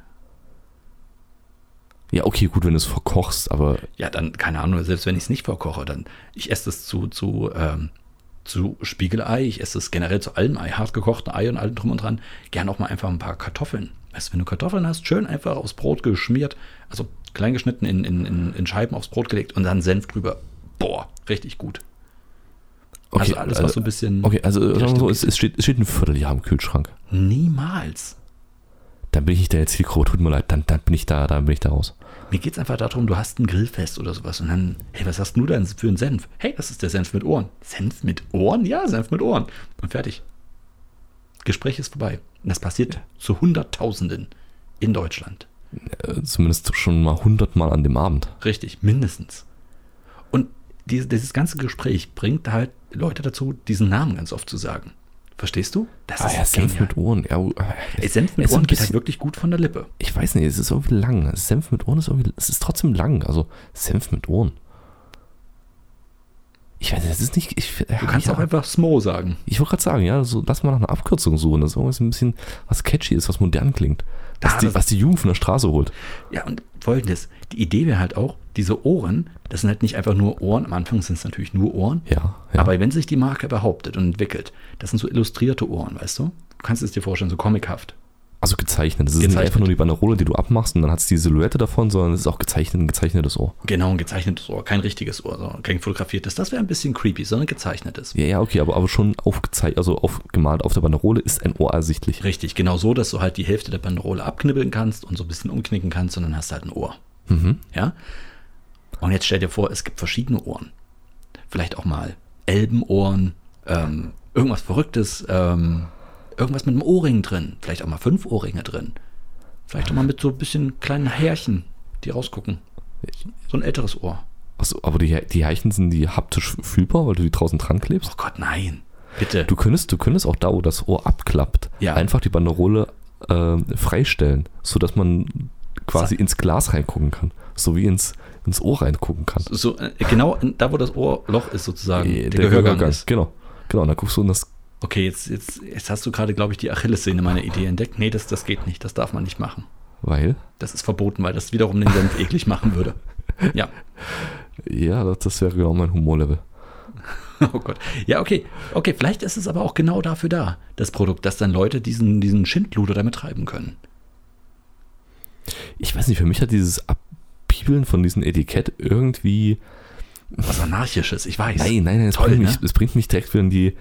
Speaker 2: ja, okay, gut, wenn du es verkochst, aber
Speaker 1: Ja, dann, keine Ahnung, selbst wenn ich es nicht vorkoche, dann, ich esse das zu, zu, ähm, zu Spiegelei, ich esse es generell zu allem Ei, hart gekochten Ei und allem drum und dran. Gern auch mal einfach ein paar Kartoffeln. Weißt du, wenn du Kartoffeln hast, schön einfach aufs Brot geschmiert, also klein geschnitten in, in, in, in Scheiben aufs Brot gelegt und dann Senf drüber. Boah, richtig gut.
Speaker 2: okay.
Speaker 1: also alles, was so ein bisschen.
Speaker 2: Okay, also
Speaker 1: die
Speaker 2: sagen wir mal so,
Speaker 1: Richtung
Speaker 2: es, es, steht, es steht ein Vierteljahr im Kühlschrank.
Speaker 1: geht. Niemals.
Speaker 2: Dann bin ich nicht deine Zielgruppe, oh, tut mir leid, dann, dann bin ich da, dann bin ich da raus.
Speaker 1: Mir geht es einfach darum, du hast ein Grillfest oder sowas und dann, hey, was hast denn du denn für einen Senf? Hey, das ist der Senf mit Ohren. Senf mit Ohren? Ja, Senf mit Ohren. Und fertig. Gespräch ist vorbei. Und das passiert zu Hunderttausenden in Deutschland.
Speaker 2: Äh, Zumindest schon mal hundertmal an dem Abend.
Speaker 1: Richtig, mindestens. Und diese, dieses ganze Gespräch bringt halt Leute dazu, diesen Namen ganz oft zu sagen. Verstehst du? Das
Speaker 2: Ah ja, Senf
Speaker 1: genial.
Speaker 2: mit Ohren. Ja, oh,
Speaker 1: Ey, Senf mit
Speaker 2: es ist ein
Speaker 1: Ohren geht halt
Speaker 2: bisschen-
Speaker 1: wirklich gut von der Lippe.
Speaker 2: ich weiß nicht, es ist irgendwie lang. Senf mit Ohren ist irgendwie, es ist trotzdem lang. Also Senf mit Ohren. Ich weiß, nicht, es ist nicht. Ich,
Speaker 1: Du kannst auch einfach Smo sagen.
Speaker 2: Ich wollte gerade sagen, ja, so, lass mal nach einer Abkürzung suchen, dass irgendwas ein bisschen was catchy ist, was modern klingt. Was,
Speaker 1: Ah,
Speaker 2: die,
Speaker 1: das-
Speaker 2: was die Jugend von der Straße holt.
Speaker 1: Ja, und folgendes. Die Idee wäre halt auch, diese Ohren, das sind halt nicht einfach nur Ohren. Am Anfang sind es natürlich nur Ohren.
Speaker 2: Ja, ja.
Speaker 1: Aber wenn sich die Marke behauptet und entwickelt, das sind so illustrierte Ohren, weißt du? Du kannst es dir vorstellen, so comichaft.
Speaker 2: also gezeichnet. Es ist nicht
Speaker 1: Gezeichnet.
Speaker 2: einfach nur die Banderole, die du abmachst und dann hat es die Silhouette davon, sondern es ist auch gezeichnet, ein gezeichnetes Ohr.
Speaker 1: Genau, ein gezeichnetes Ohr, kein richtiges Ohr, sondern kein fotografiertes. Das wäre ein bisschen creepy, sondern gezeichnetes.
Speaker 2: Ja, ja, okay, aber, aber schon aufgezeichnet, also aufgemalt auf der Banderole ist ein Ohr ersichtlich.
Speaker 1: Richtig, genau so, dass du halt die Hälfte der Banderole abknibbeln kannst und so ein bisschen umknicken kannst und dann hast du halt ein Ohr. Ja? Und jetzt stell dir vor, es gibt verschiedene Ohren. Vielleicht auch mal Elbenohren, ähm, irgendwas Verrücktes, ähm, irgendwas mit einem Ohrring drin. Vielleicht auch mal fünf Ohrringe drin. Vielleicht auch mal mit so ein bisschen kleinen Härchen, die rausgucken. So ein älteres Ohr.
Speaker 2: Achso, aber die, die Heichen sind die haptisch fühlbar, weil du die draußen dran klebst?
Speaker 1: Oh Gott, nein. Bitte.
Speaker 2: Du könntest, du könntest auch da, wo das Ohr abklappt,
Speaker 1: Ja.
Speaker 2: einfach die Banderole äh, freistellen, sodass man quasi
Speaker 1: So.
Speaker 2: ins Glas reingucken kann. So wie ins, ins Ohr reingucken kann.
Speaker 1: so, äh, genau da, wo das Ohrloch ist sozusagen,
Speaker 2: Äh,
Speaker 1: ist.
Speaker 2: Genau. Genau, und dann guckst du in das.
Speaker 1: Okay, jetzt, jetzt, jetzt hast du gerade, glaube ich, die Achillessehne meiner Idee entdeckt. Nee, das, das geht nicht. Das darf man nicht machen.
Speaker 2: Weil?
Speaker 1: Das ist verboten, weil das wiederum den Senf eklig machen würde. Ja,
Speaker 2: Ja, das, das wäre genau mein Humorlevel.
Speaker 1: oh Gott. Ja, okay. Okay, vielleicht ist es aber auch genau dafür da, das Produkt, dass dann Leute diesen, diesen Schindluder damit treiben können.
Speaker 2: Ich weiß nicht, für mich hat dieses Abpiebeln von diesem Etikett irgendwie.
Speaker 1: Was Anarchisches, ich weiß.
Speaker 2: Nein, nein, nein, es
Speaker 1: Toll,
Speaker 2: bringt,
Speaker 1: ne?
Speaker 2: mich, es bringt mich direkt wieder in die.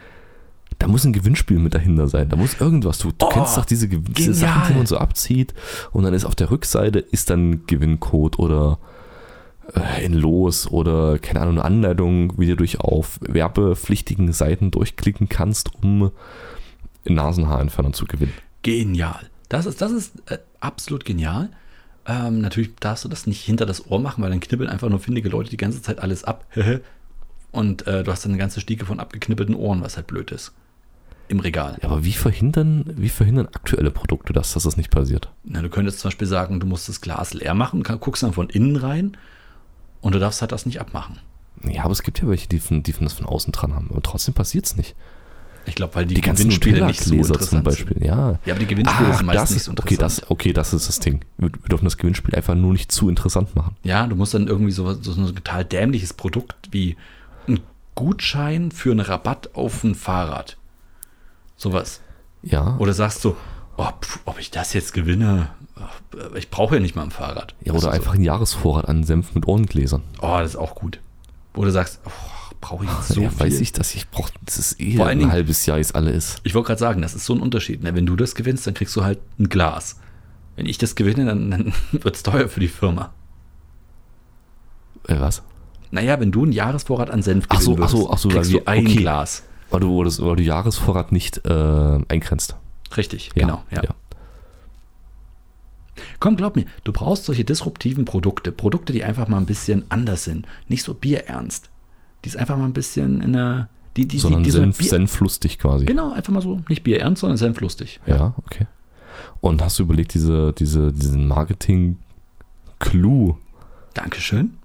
Speaker 2: Da muss ein Gewinnspiel mit dahinter sein. Da muss irgendwas. Du, du
Speaker 1: Oh,
Speaker 2: kennst doch diese, Gewin- diese
Speaker 1: genial.
Speaker 2: Sachen, die man so abzieht. Und dann ist auf der Rückseite ist dann ein Gewinncode oder äh, ein Los oder keine Ahnung, eine Anleitung, wie du durch auf werbepflichtigen Seiten durchklicken kannst, um Nasenhaarentferner zu gewinnen.
Speaker 1: Genial. Das ist, das ist äh, absolut genial. Ähm, natürlich darfst du das nicht hinter das Ohr machen, weil dann knibbeln einfach nur findige Leute die ganze Zeit alles ab. Und äh, du hast dann eine ganze Stiege von abgeknibbelten Ohren, was halt blöd ist. Im Regal.
Speaker 2: Ja, aber wie verhindern, wie verhindern aktuelle Produkte das, dass das nicht passiert?
Speaker 1: Na, du könntest zum Beispiel sagen, du musst das Glas leer machen, kann, guckst dann von innen rein und du darfst halt das nicht abmachen.
Speaker 2: Ja, aber es gibt ja welche, die, von- die von das von außen dran haben. Und trotzdem passiert es nicht.
Speaker 1: Ich glaube, weil die,
Speaker 2: die ganzen
Speaker 1: Gewinnspiele nicht so
Speaker 2: Nutella-Gläser
Speaker 1: interessant
Speaker 2: zum Beispiel, ja.
Speaker 1: sind. Ja, aber die Gewinnspiele
Speaker 2: Ach,
Speaker 1: sind meist
Speaker 2: das
Speaker 1: nicht
Speaker 2: ist,
Speaker 1: so
Speaker 2: okay,
Speaker 1: interessant.
Speaker 2: das, okay, das ist das Ding. Wir, wir dürfen das Gewinnspiel einfach nur nicht zu interessant machen.
Speaker 1: Ja, du musst dann irgendwie so, so so ein total dämliches Produkt wie ein Gutschein für einen Rabatt auf ein Fahrrad. Sowas.
Speaker 2: Ja,
Speaker 1: Oder sagst du, oh, pf, ob ich das jetzt gewinne, Ach, ich brauche ja nicht mal ein Fahrrad.
Speaker 2: ja
Speaker 1: Also
Speaker 2: oder
Speaker 1: so,
Speaker 2: einfach ein Jahresvorrat an Senf mit Ohrengläsern.
Speaker 1: Oh, das ist auch gut. Oder sagst, oh, brauche ich jetzt so
Speaker 2: <laughs> ja,
Speaker 1: viel?
Speaker 2: weiß ich, dass ich brauche, das ist eh
Speaker 1: Vor allen
Speaker 2: ein
Speaker 1: Dingen-
Speaker 2: halbes Jahr, ist alles.
Speaker 1: Ich wollte gerade sagen, das ist so ein Unterschied. Ne? Wenn du das gewinnst, dann kriegst du halt ein Glas. Wenn ich das gewinne, dann, dann <laughs> wird es teuer für die Firma.
Speaker 2: Äh, was?
Speaker 1: Naja, wenn du einen Jahresvorrat an Senf
Speaker 2: Ach
Speaker 1: gewinnen
Speaker 2: so, ach so,
Speaker 1: würdest,
Speaker 2: ach so,
Speaker 1: kriegst
Speaker 2: also,
Speaker 1: du ein
Speaker 2: okay.
Speaker 1: Glas.
Speaker 2: Weil du, weil du, weil du Jahresvorrat nicht äh, eingrenzt.
Speaker 1: Richtig,
Speaker 2: Ja,
Speaker 1: genau. Ja.
Speaker 2: ja.
Speaker 1: Komm, glaub mir, du brauchst solche disruptiven Produkte. Produkte, die einfach mal ein bisschen anders sind. Nicht so bierernst. Die ist einfach mal ein bisschen in einer... Die, die,
Speaker 2: Sondern
Speaker 1: die, die so
Speaker 2: Senf,
Speaker 1: Bier-
Speaker 2: senflustig quasi.
Speaker 1: Genau, einfach mal so. Nicht bierernst, sondern senflustig.
Speaker 2: Ja, okay. Und hast du überlegt, diese, diese, diesen Marketing-Clou
Speaker 1: Dankeschön.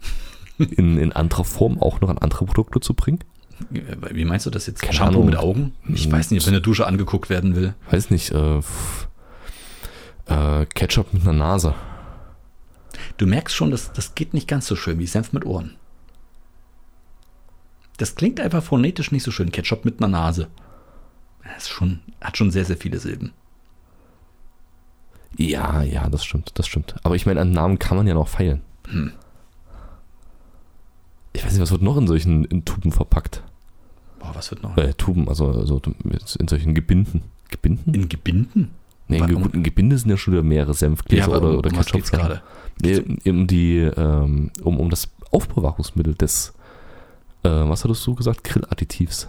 Speaker 2: in, in anderer Form auch noch an andere Produkte zu bringen?
Speaker 1: Wie meinst du das jetzt?
Speaker 2: Keine
Speaker 1: Shampoo
Speaker 2: Ahnung. Hm.
Speaker 1: mit Augen? Ich weiß nicht, ob in der Dusche angeguckt werden will.
Speaker 2: Weiß nicht, äh, pff, äh, Ketchup mit einer Nase.
Speaker 1: Du merkst schon, das, das geht nicht ganz so schön wie Senf mit Ohren. Das klingt einfach phonetisch nicht so schön. Ketchup mit einer Nase. Das ist schon, hat schon sehr, sehr viele Silben.
Speaker 2: Ja, ja, das stimmt, das stimmt. Aber ich meine, an Namen kann man ja noch feilen.
Speaker 1: Hm.
Speaker 2: Ich weiß nicht, was wird noch in solchen in Tuben verpackt?
Speaker 1: Boah, was wird noch?
Speaker 2: Äh, Tuben, also, also in solchen Gebinden. Gebinden?
Speaker 1: In Gebinden?
Speaker 2: Nee, in, Ge
Speaker 1: Warum?
Speaker 2: in Gebinde sind ja schon wieder mehrere Senfgläser
Speaker 1: aber
Speaker 2: oder, oder
Speaker 1: um was geht's
Speaker 2: Ketchupflaschen.
Speaker 1: gerade?
Speaker 2: Nee, um die, ähm, um, um das Aufbewahrungsmittel des, äh, was hattest du gesagt? Grilladditivs.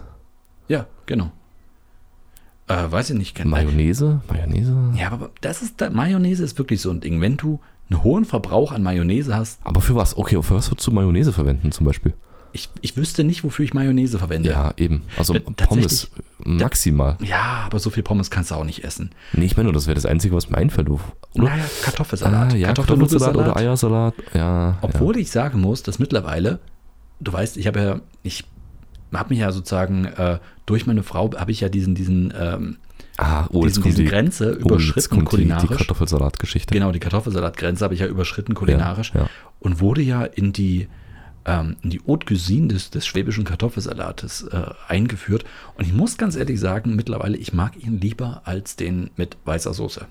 Speaker 1: Ja, genau. Äh, weiß ich nicht, kenn
Speaker 2: Mayonnaise? Mayonnaise?
Speaker 1: Ja, aber das ist, da- Mayonnaise ist wirklich so ein Ding. Wenn du einen hohen Verbrauch an Mayonnaise hast,
Speaker 2: Aber für was? Okay, für was würdest du Mayonnaise verwenden zum Beispiel?
Speaker 1: ich, ich wüsste nicht, wofür ich Mayonnaise verwende.
Speaker 2: Ja, eben. Also
Speaker 1: Äh, tatsächlich-
Speaker 2: Pommes maximal.
Speaker 1: Ja, aber so viel Pommes kannst du auch nicht essen.
Speaker 2: Nee, ich meine, nur, das wäre das Einzige, was mir einfällt. Oder?
Speaker 1: Naja, Kartoffelsalat.
Speaker 2: Ah, ja, Kartoffelsalat oder Eiersalat. Ja,
Speaker 1: Obwohl ich sagen muss, dass mittlerweile, du weißt, ich habe ja, ich habe mich ja sozusagen äh, durch meine Frau habe ich ja diesen diesen ähm,
Speaker 2: ja. Ah, oh, jetzt
Speaker 1: diesen,
Speaker 2: kommt
Speaker 1: diese
Speaker 2: die,
Speaker 1: Grenze
Speaker 2: oh, jetzt
Speaker 1: überschritten
Speaker 2: kommt die, die
Speaker 1: kulinarisch.
Speaker 2: Kartoffelsalat-Geschichte.
Speaker 1: genau, die Kartoffelsalatgrenze habe ich ja überschritten kulinarisch
Speaker 2: ja.
Speaker 1: und wurde ja in die ähm, in die Haute Cuisine des, des schwäbischen Kartoffelsalates äh, eingeführt. Und ich muss ganz ehrlich sagen, mittlerweile, ich mag ihn lieber als den mit weißer Soße.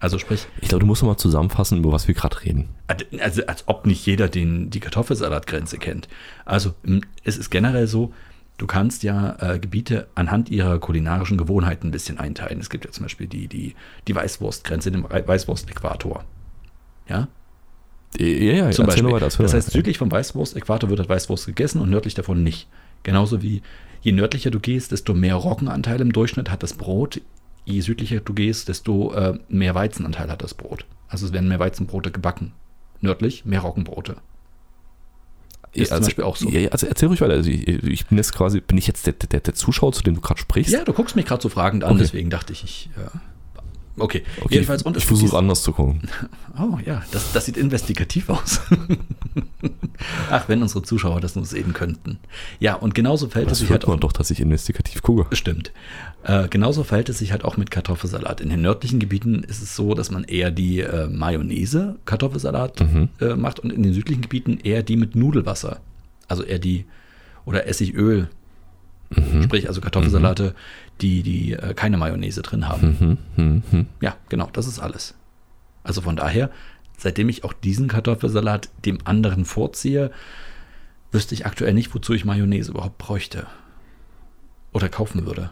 Speaker 1: Also sprich,
Speaker 2: Ich glaube, du musst nochmal zusammenfassen, über was wir gerade reden.
Speaker 1: Also als ob nicht jeder den, die Kartoffelsalatgrenze kennt. Also m, es ist generell so, du kannst ja äh, Gebiete anhand ihrer kulinarischen Gewohnheiten ein bisschen einteilen. Es gibt ja zum Beispiel die, die, die Weißwurstgrenze, den Wei- Weißwurst-Äquator. Ja,
Speaker 2: Ja, ja, ja
Speaker 1: zum
Speaker 2: erzähl
Speaker 1: Beispiel.
Speaker 2: nur weiter, erzähl
Speaker 1: das
Speaker 2: nur
Speaker 1: heißt,
Speaker 2: weiter.
Speaker 1: südlich vom Weißwurst-Äquator wird halt Weißwurst gegessen und nördlich davon nicht. Genauso wie je nördlicher du gehst, desto mehr Roggenanteil im Durchschnitt hat das Brot. Je südlicher du gehst, desto äh, mehr Weizenanteil hat das Brot. Also es werden mehr Weizenbrote gebacken. Nördlich mehr Roggenbrote. ist zum
Speaker 2: also,
Speaker 1: Beispiel auch so.
Speaker 2: Ja, ja, also erzähl ruhig weiter. Also ich, ich bin jetzt quasi, bin ich jetzt der, der, der Zuschauer, zu dem du gerade sprichst?
Speaker 1: Ja, du guckst mich gerade so fragend an,
Speaker 2: Okay.
Speaker 1: deswegen dachte ich, ich. Äh, okay.
Speaker 2: Okay,
Speaker 1: jedenfalls. Und
Speaker 2: ich
Speaker 1: es gibt
Speaker 2: versuche anders zu gucken.
Speaker 1: dieses- Oh ja, das, das sieht investigativ aus. <laughs> Ach, wenn unsere Zuschauer das nur sehen könnten. Ja, und genauso fällt es
Speaker 2: Das
Speaker 1: sich halt
Speaker 2: hört
Speaker 1: auch.
Speaker 2: man doch, dass ich investigativ gucke.
Speaker 1: Stimmt. Äh, genauso verhält es sich halt auch mit Kartoffelsalat. In den nördlichen Gebieten ist es so, dass man eher die äh, Mayonnaise Kartoffelsalat äh, macht und in den südlichen Gebieten eher die mit Nudelwasser. Also eher die oder Essigöl. Sprich, also Kartoffelsalate, die, die äh, keine Mayonnaise drin haben.
Speaker 2: Mhm, mhm, mhm.
Speaker 1: Ja, genau, das ist alles. Also von daher, seitdem ich auch diesen Kartoffelsalat dem anderen vorziehe, wüsste ich aktuell nicht, wozu ich Mayonnaise überhaupt bräuchte. Oder kaufen würde.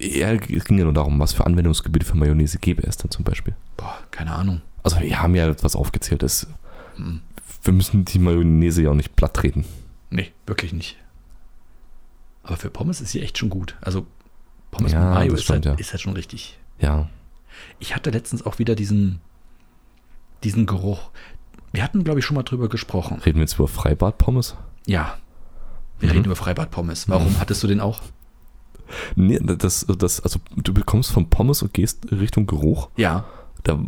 Speaker 2: Ja, es ging ja nur darum, was für Anwendungsgebiete für Mayonnaise gäbe es dann zum Beispiel.
Speaker 1: Boah, keine Ahnung.
Speaker 2: Also wir haben ja etwas aufgezählt. Es, wir müssen die Mayonnaise ja auch nicht platt treten.
Speaker 1: Nee, wirklich nicht. Aber für Pommes ist sie echt schon gut. Also Pommes
Speaker 2: Ja,
Speaker 1: mit Mayo
Speaker 2: das
Speaker 1: ist,
Speaker 2: stimmt,
Speaker 1: halt,
Speaker 2: ja.
Speaker 1: ist halt schon richtig.
Speaker 2: Ja.
Speaker 1: Ich hatte letztens auch wieder diesen, diesen Geruch. Wir hatten, glaube ich, schon mal drüber gesprochen.
Speaker 2: Reden wir jetzt über Freibad-Pommes?
Speaker 1: Ja. Wir
Speaker 2: Mhm.
Speaker 1: reden über Freibad-Pommes. Warum hattest du den auch?
Speaker 2: Nee, das, das, also du bekommst von Pommes und gehst Richtung Geruch.
Speaker 1: Ja.
Speaker 2: Da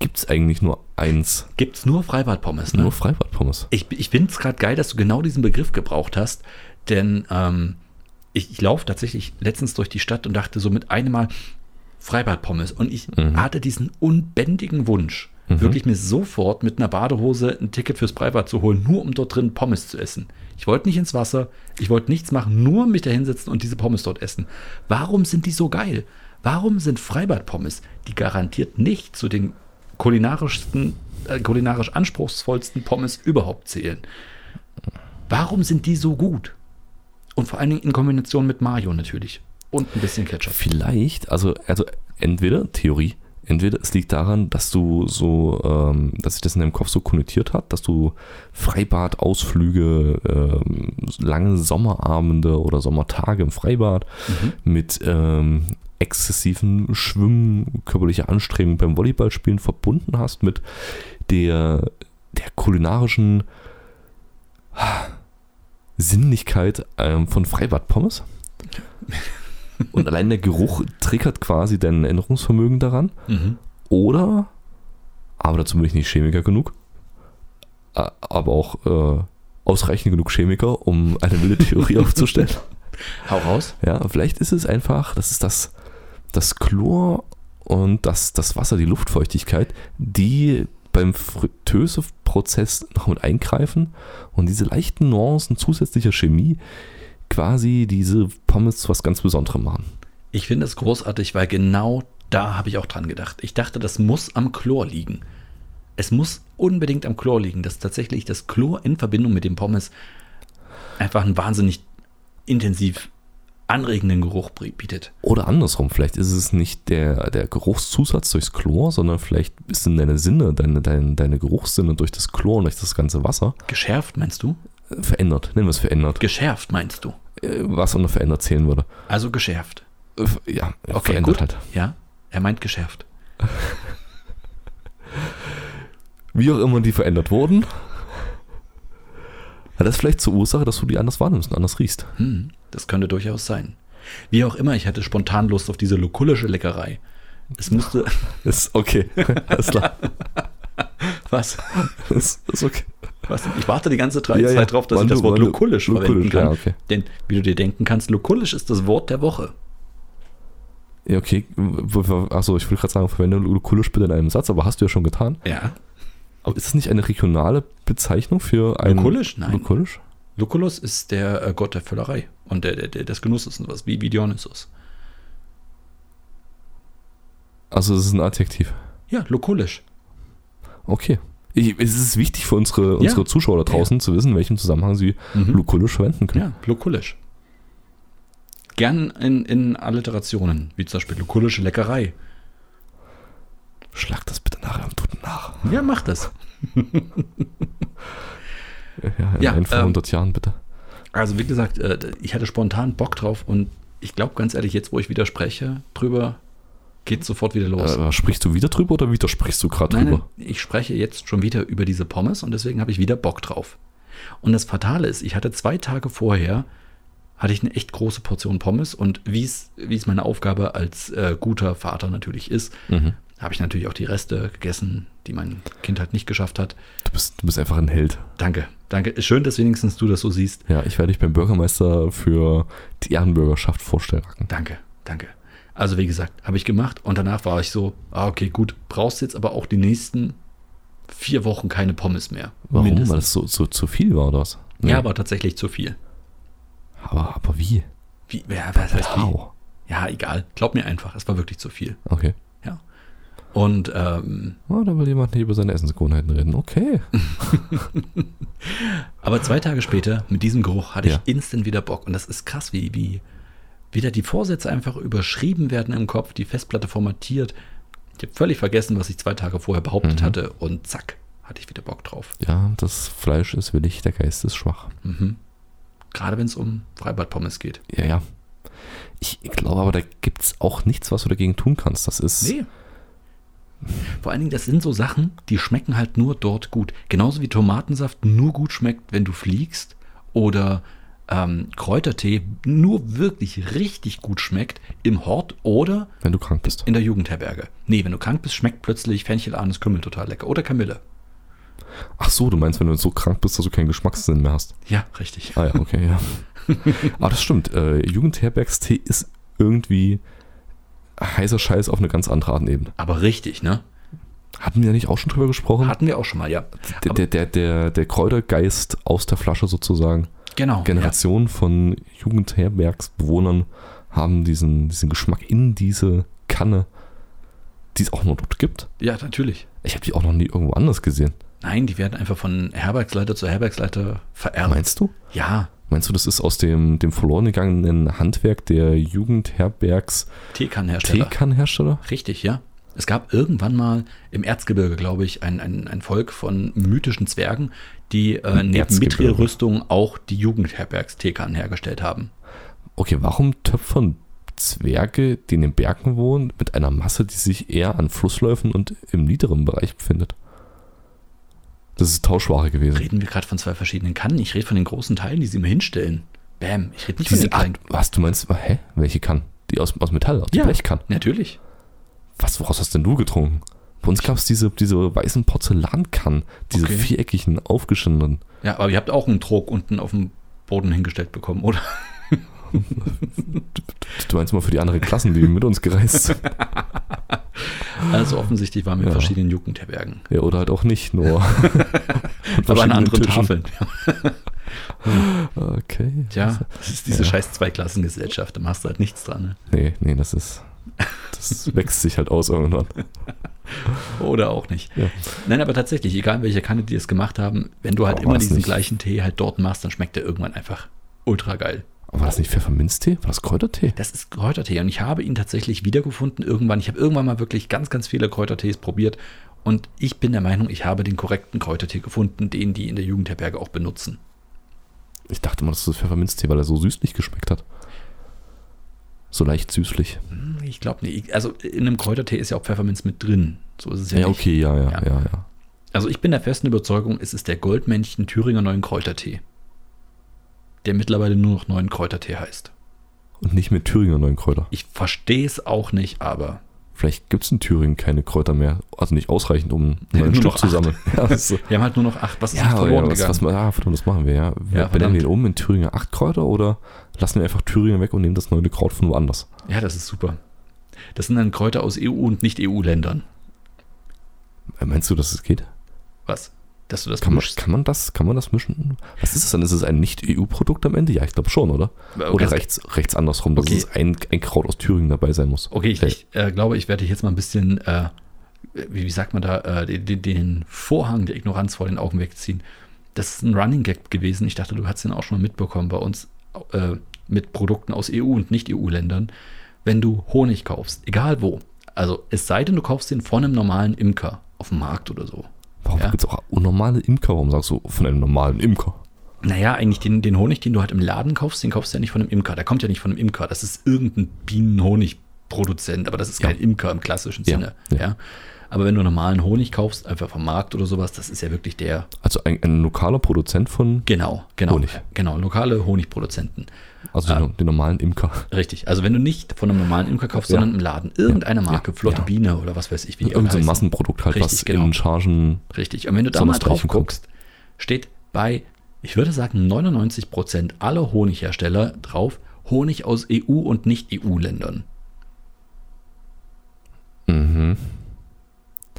Speaker 2: gibt es eigentlich nur eins.
Speaker 1: Gibt's nur Freibad-Pommes, ne?
Speaker 2: Nur Freibad-Pommes.
Speaker 1: Ich, ich finde es gerade geil, dass du genau diesen Begriff gebraucht hast, denn ähm, ich, ich laufe tatsächlich letztens durch die Stadt und dachte so mit einem Mal Freibad-Pommes und ich hatte diesen unbändigen Wunsch, wirklich mir sofort mit einer Badehose ein Ticket fürs Freibad zu holen, nur um dort drin Pommes zu essen. Ich wollte nicht ins Wasser, ich wollte nichts machen, nur mich da hinsetzen und diese Pommes dort essen. Warum sind die so geil? Warum sind Freibad-Pommes, die garantiert nicht zu den kulinarischsten, äh, kulinarisch anspruchsvollsten Pommes überhaupt zählen. Warum sind die so gut? Und vor allen Dingen in Kombination mit Mayo natürlich. Und ein bisschen Ketchup.
Speaker 2: Vielleicht, also, also entweder, Theorie, entweder es liegt daran, dass du so, ähm, dass sich das in deinem Kopf so konnotiert hat, dass du Freibad, Ausflüge, ähm, lange Sommerabende oder Sommertage im Freibad mit ähm, exzessiven Schwimmen, körperlicher Anstrengung beim Volleyballspielen verbunden hast mit der, der kulinarischen Sinnlichkeit ähm, von Freibad-Pommes. Und allein der Geruch triggert quasi dein Erinnerungsvermögen daran.
Speaker 1: Mhm.
Speaker 2: Oder, aber dazu bin ich nicht Chemiker genug, äh, aber auch äh, ausreichend genug Chemiker, um eine wilde Theorie <laughs> aufzustellen.
Speaker 1: Hau raus.
Speaker 2: Ja, vielleicht ist es einfach, das ist das, das Chlor und das, das Wasser, die Luftfeuchtigkeit, die beim Fritöseprozess noch mit eingreifen und diese leichten Nuancen zusätzlicher Chemie quasi diese Pommes zu was ganz Besonderem machen.
Speaker 1: Ich finde es großartig, weil genau da habe ich auch dran gedacht. Ich dachte, das muss am Chlor liegen. Es muss unbedingt am Chlor liegen, dass tatsächlich das Chlor in Verbindung mit dem Pommes einfach einen wahnsinnig intensiv anregenden Geruch bietet.
Speaker 2: Oder andersrum, vielleicht ist es nicht der, der Geruchszusatz durchs Chlor, sondern vielleicht sind deine Sinne, deine, deine, deine Geruchssinne durch das Chlor und durch das ganze Wasser äh,
Speaker 1: Geschärft, meinst du?
Speaker 2: verändert. Nennen wir es verändert.
Speaker 1: Geschärft, meinst du?
Speaker 2: Äh, Was unter verändert zählen würde.
Speaker 1: Also geschärft.
Speaker 2: Äh, f- Ja,
Speaker 1: Okay,
Speaker 2: verändert
Speaker 1: gut.
Speaker 2: halt.
Speaker 1: Ja, er meint geschärft.
Speaker 2: Wie auch immer die verändert wurden. Hat das vielleicht zur Ursache, dass du die anders wahrnimmst und anders riechst?
Speaker 1: Hm, das könnte durchaus sein. Wie auch immer, ich hatte spontan Lust auf diese lokulische Leckerei. Es musste.
Speaker 2: Ist okay. <laughs> Alles klar.
Speaker 1: <laughs> Was?
Speaker 2: Ist, ist okay.
Speaker 1: Was? Ich warte die ganze Zeit,
Speaker 2: Ja, ja.
Speaker 1: Zeit halt drauf, dass
Speaker 2: Wann
Speaker 1: ich das
Speaker 2: du-
Speaker 1: Wort
Speaker 2: wann du-
Speaker 1: lokulisch verwenden
Speaker 2: lokulisch,
Speaker 1: kann.
Speaker 2: ja, okay.
Speaker 1: Denn, wie du dir denken kannst, lokulisch ist das Wort der Woche.
Speaker 2: Ja, okay. Achso, ich will gerade sagen, verwende Lukulisch bitte in einem Satz, aber hast du ja schon getan.
Speaker 1: Ja.
Speaker 2: Aber ist das nicht eine regionale Bezeichnung für ein.
Speaker 1: Lukulisch? Ähm, Nein.
Speaker 2: Lukulisch?
Speaker 1: Lucullus ist der äh, Gott der Völlerei und der, der, der des Genusses und was, wie, wie Dionysos.
Speaker 2: Also, es ist ein Adjektiv.
Speaker 1: Ja, lokulisch.
Speaker 2: Okay. Ich, es ist wichtig für unsere, unsere Zuschauer da draußen zu wissen, in welchem Zusammenhang sie
Speaker 1: Mhm.
Speaker 2: Lukulisch verwenden können.
Speaker 1: Ja, lokulisch. Gern in, in Alliterationen, wie zum Beispiel lokulische Leckerei.
Speaker 2: Schlag das bitte nachher am Toten nach.
Speaker 1: Ja, mach das.
Speaker 2: Ja, in
Speaker 1: Ja,
Speaker 2: ein von
Speaker 1: ähm,
Speaker 2: 100 Jahren bitte.
Speaker 1: Also wie gesagt, äh, ich hatte spontan Bock drauf und ich glaube ganz ehrlich, jetzt wo ich wieder spreche drüber, geht sofort wieder los.
Speaker 2: Äh, sprichst du wieder drüber oder widersprichst du gerade
Speaker 1: Nein,
Speaker 2: drüber?
Speaker 1: nein, ich spreche jetzt schon wieder über diese Pommes und deswegen habe ich wieder Bock drauf. Und das Fatale ist, ich hatte zwei Tage vorher, hatte ich eine echt große Portion Pommes und wie es wie es meine Aufgabe als äh, guter Vater natürlich ist,
Speaker 2: Mhm.
Speaker 1: habe ich natürlich auch die Reste gegessen, die mein Kind halt nicht geschafft hat.
Speaker 2: Du, bist, du bist einfach ein Held.
Speaker 1: Danke, danke. Schön, dass wenigstens du das so siehst.
Speaker 2: Ja, ich werde dich beim Bürgermeister für die Ehrenbürgerschaft vorstellen.
Speaker 1: Danke, danke. Also wie gesagt, habe ich gemacht und danach war ich so, ah, okay, gut, brauchst jetzt aber auch die nächsten vier Wochen keine Pommes mehr.
Speaker 2: Warum?
Speaker 1: Mindestens.
Speaker 2: Weil das so, so zu viel war oder was? Nee.
Speaker 1: Ja, war tatsächlich zu viel.
Speaker 2: aber, aber wie?
Speaker 1: Wie, ja, was heißt wie?
Speaker 2: Wow.
Speaker 1: Ja, egal. Glaub mir einfach, es war wirklich zu viel.
Speaker 2: Okay.
Speaker 1: Ja. Und ähm,
Speaker 2: Oh, da will jemand nicht über seine Essensgewohnheiten reden. Okay.
Speaker 1: aber zwei Tage später, mit diesem Geruch, hatte
Speaker 2: Ja.
Speaker 1: ich instant wieder Bock. Und das ist krass, wie, wie wieder die Vorsätze einfach überschrieben werden im Kopf, die Festplatte formatiert. Ich habe völlig vergessen, was ich zwei Tage vorher behauptet
Speaker 2: Mhm.
Speaker 1: hatte. Und zack, hatte ich wieder Bock drauf.
Speaker 2: Ja, das Fleisch ist willig, der Geist ist schwach.
Speaker 1: Mhm. Gerade wenn es um Freibadpommes geht.
Speaker 2: Ja, ja. Ich glaube aber, da gibt es auch nichts, was du dagegen tun kannst. Das ist.
Speaker 1: Nee. Vor allen Dingen, das sind so Sachen, die schmecken halt nur dort gut. Genauso wie Tomatensaft nur gut schmeckt, wenn du fliegst. Oder ähm, Kräutertee nur wirklich richtig gut schmeckt im Hort oder
Speaker 2: Wenn du krank bist.
Speaker 1: in der Jugendherberge. Nee, wenn du krank bist, schmeckt plötzlich Fenchelanis Kümmel total lecker. Oder Kamille.
Speaker 2: Ach so, du meinst, wenn du so krank bist, dass du keinen Geschmackssinn mehr hast.
Speaker 1: Ja, richtig.
Speaker 2: Ah ja, okay, ja. Aber das stimmt. Äh, Jugendherbergstee ist irgendwie heißer Scheiß auf eine ganz andere Art und Ebene.
Speaker 1: Aber richtig, ne?
Speaker 2: Hatten wir da nicht auch schon drüber gesprochen?
Speaker 1: Hatten wir auch schon mal, ja.
Speaker 2: der, der, der, der, der Kräutergeist aus der Flasche sozusagen.
Speaker 1: Genau.
Speaker 2: Generationen von Jugendherbergsbewohnern haben diesen, diesen Geschmack in diese Kanne, die es auch nur dort gibt.
Speaker 1: Ja, ja natürlich.
Speaker 2: Ich habe die auch noch nie irgendwo anders gesehen.
Speaker 1: Nein, die werden einfach von Herbergsleiter zu Herbergsleiter vererbt.
Speaker 2: Meinst du?
Speaker 1: Ja,
Speaker 2: Meinst du, das ist aus dem, dem verloren gegangenen Handwerk der Jugendherbergs
Speaker 1: Teekannenhersteller.
Speaker 2: Teekannenhersteller?
Speaker 1: Richtig, ja. Es gab irgendwann mal im Erzgebirge, glaube ich, ein, ein, ein Volk von mythischen Zwergen, die äh, neben
Speaker 2: Erzgebirge.
Speaker 1: Mithril-Rüstung auch die Jugendherbergsteekern hergestellt haben.
Speaker 2: Okay, warum töpfern Zwerge, die in den Bergen wohnen, mit einer Masse, die sich eher an Flussläufen und im niederen Bereich befindet? Das ist Tauschware gewesen.
Speaker 1: Reden wir gerade von zwei verschiedenen Kannen? Ich rede von den großen Teilen, die sie mir hinstellen. Bäm, ich rede nicht von
Speaker 2: Diese
Speaker 1: den kleinen.
Speaker 2: Art, was du meinst, hä? Welche kann? Die aus, aus Metall, aus
Speaker 1: Ja.
Speaker 2: Blechkann.
Speaker 1: Natürlich.
Speaker 2: Was, woraus hast denn du getrunken? Bei uns gab es diese, diese weißen Porzellankannen, diese
Speaker 1: Okay.
Speaker 2: viereckigen, aufgeschnittenen.
Speaker 1: Ja, aber ihr habt auch einen Trog unten auf dem Boden hingestellt bekommen, <laughs> oder?
Speaker 2: Du meinst mal für die anderen Klassen, die mit uns gereist
Speaker 1: <laughs>
Speaker 2: sind.
Speaker 1: Also offensichtlich waren wir in
Speaker 2: Ja.
Speaker 1: verschiedenen Jugendherbergen.
Speaker 2: Ja, oder halt auch nicht,
Speaker 1: <laughs>
Speaker 2: nur. Mit
Speaker 1: Aber an
Speaker 2: verschiedenen
Speaker 1: anderen
Speaker 2: Tischen.
Speaker 1: Tafeln.
Speaker 2: Okay.
Speaker 1: Tja, das ist diese
Speaker 2: Ja.
Speaker 1: scheiß Zweiklassengesellschaft, da machst du halt nichts dran. Ne?
Speaker 2: Nee, nee, das ist. Das wächst sich halt aus irgendwann.
Speaker 1: Oder auch nicht.
Speaker 2: Ja.
Speaker 1: Nein, aber tatsächlich, egal welche Kanne die es gemacht haben, wenn du halt
Speaker 2: Aber
Speaker 1: immer
Speaker 2: war's
Speaker 1: diesen
Speaker 2: nicht-
Speaker 1: gleichen Tee halt dort machst, dann schmeckt der irgendwann einfach ultra geil.
Speaker 2: Aber war das nicht Pfefferminztee? War das Kräutertee?
Speaker 1: Das ist Kräutertee und ich habe ihn tatsächlich wiedergefunden irgendwann. Ich habe irgendwann mal wirklich ganz, ganz viele Kräutertees probiert und ich bin der Meinung, ich habe den korrekten Kräutertee gefunden, den die in der Jugendherberge auch benutzen.
Speaker 2: Ich dachte mal, das ist Pfefferminztee, weil er so süßlich geschmeckt hat. So leicht süßlich.
Speaker 1: Hm, Ich glaube nicht. Also in einem Kräutertee ist ja auch Pfefferminz mit drin. So ist es ja,
Speaker 2: Ja,
Speaker 1: nicht.
Speaker 2: okay, ja, ja,
Speaker 1: Ja.
Speaker 2: ja, ja. ja.
Speaker 1: Also ich bin der festen Überzeugung, es ist der Goldmännchen Thüringer Neuen Kräutertee. Der mittlerweile nur noch Neuen Kräutertee heißt.
Speaker 2: Und nicht mit Thüringer neuen Kräuter.
Speaker 1: Ich verstehe es auch nicht, aber
Speaker 2: Vielleicht gibt es in Thüringen keine Kräuter mehr. Also nicht ausreichend, um
Speaker 1: Nur
Speaker 2: neun
Speaker 1: noch
Speaker 2: Stück
Speaker 1: acht. <laughs>
Speaker 2: zu sammeln. Ja, das ist-
Speaker 1: wir haben halt nur noch acht. Was ist
Speaker 2: ja,
Speaker 1: nicht
Speaker 2: aber
Speaker 1: verloren
Speaker 2: ja was,
Speaker 1: gegangen?
Speaker 2: was, ah, verdammt, das machen wir, ja.
Speaker 1: Ja,
Speaker 2: ja
Speaker 1: verdammt.
Speaker 2: Benennen wir den um in Thüringer acht Kräuter oder lassen wir einfach Thüringen weg und nehmen das neue Kraut von woanders?
Speaker 1: ja, das ist super. Das sind dann Kräuter aus EU- und E Nicht-EU-Ländern.
Speaker 2: Äh, Meinst du, dass es geht?
Speaker 1: Was? Dass du das
Speaker 2: Kann man,
Speaker 1: mischst?
Speaker 2: kann man das, kann man das mischen? Was ist es dann? Ist es ein Nicht-EU-Produkt am Ende? Ja, ich glaube schon, oder? Oder
Speaker 1: okay,
Speaker 2: rechts, rechts andersrum, dass
Speaker 1: Äh, Okay.
Speaker 2: es ein, ein Kraut aus Thüringen dabei sein muss.
Speaker 1: okay, ich, ich äh, glaube, ich werde dich jetzt mal ein bisschen, äh, wie, wie sagt man da, äh, den- den, den Vorhang der Ignoranz vor den Augen wegziehen. Das ist ein Running Gag gewesen. Ich dachte, du hast den auch schon mal mitbekommen bei uns äh, mit Produkten aus EU- und Nicht-EU-Ländern. Wenn du Honig kaufst, egal wo, also es sei denn, du kaufst den von einem normalen Imker auf dem Markt oder so.
Speaker 2: Warum
Speaker 1: Ja.
Speaker 2: gibt es auch normale Imker? Warum sagst du von einem normalen Imker?
Speaker 1: Naja, eigentlich den, den Honig, den du halt im Laden kaufst, den kaufst du ja nicht von einem Imker. Der kommt ja nicht von einem Imker. Das ist irgendein Bienenhonigproduzent, aber das ist kein Imker im klassischen
Speaker 2: Ja,
Speaker 1: Sinne. Ja.
Speaker 2: ja.
Speaker 1: Aber wenn du normalen Honig kaufst, einfach vom Markt oder sowas, das ist ja wirklich der.
Speaker 2: Also ein, ein lokaler Produzent von,
Speaker 1: Genau, genau.
Speaker 2: Honig.
Speaker 1: Genau, lokale Honigproduzenten.
Speaker 2: also den, den normalen Imker.
Speaker 1: Richtig. Also wenn du nicht von einem normalen Imker kaufst,
Speaker 2: Ja.
Speaker 1: sondern im Laden irgendeine Marke,
Speaker 2: Ja.
Speaker 1: Flotte
Speaker 2: Ja.
Speaker 1: Biene oder was weiß ich, wie die alle
Speaker 2: Irgend so ein
Speaker 1: heißen.
Speaker 2: Massenprodukt halt,
Speaker 1: Richtig,
Speaker 2: was
Speaker 1: genau.
Speaker 2: in Chargen.
Speaker 1: Richtig. Und wenn du da mal
Speaker 2: Besonders
Speaker 1: drauf
Speaker 2: reichen kommt.
Speaker 1: guckst, steht bei, ich würde sagen, 99% aller Honighersteller drauf, Honig aus EU- und E Nicht-EU-Ländern.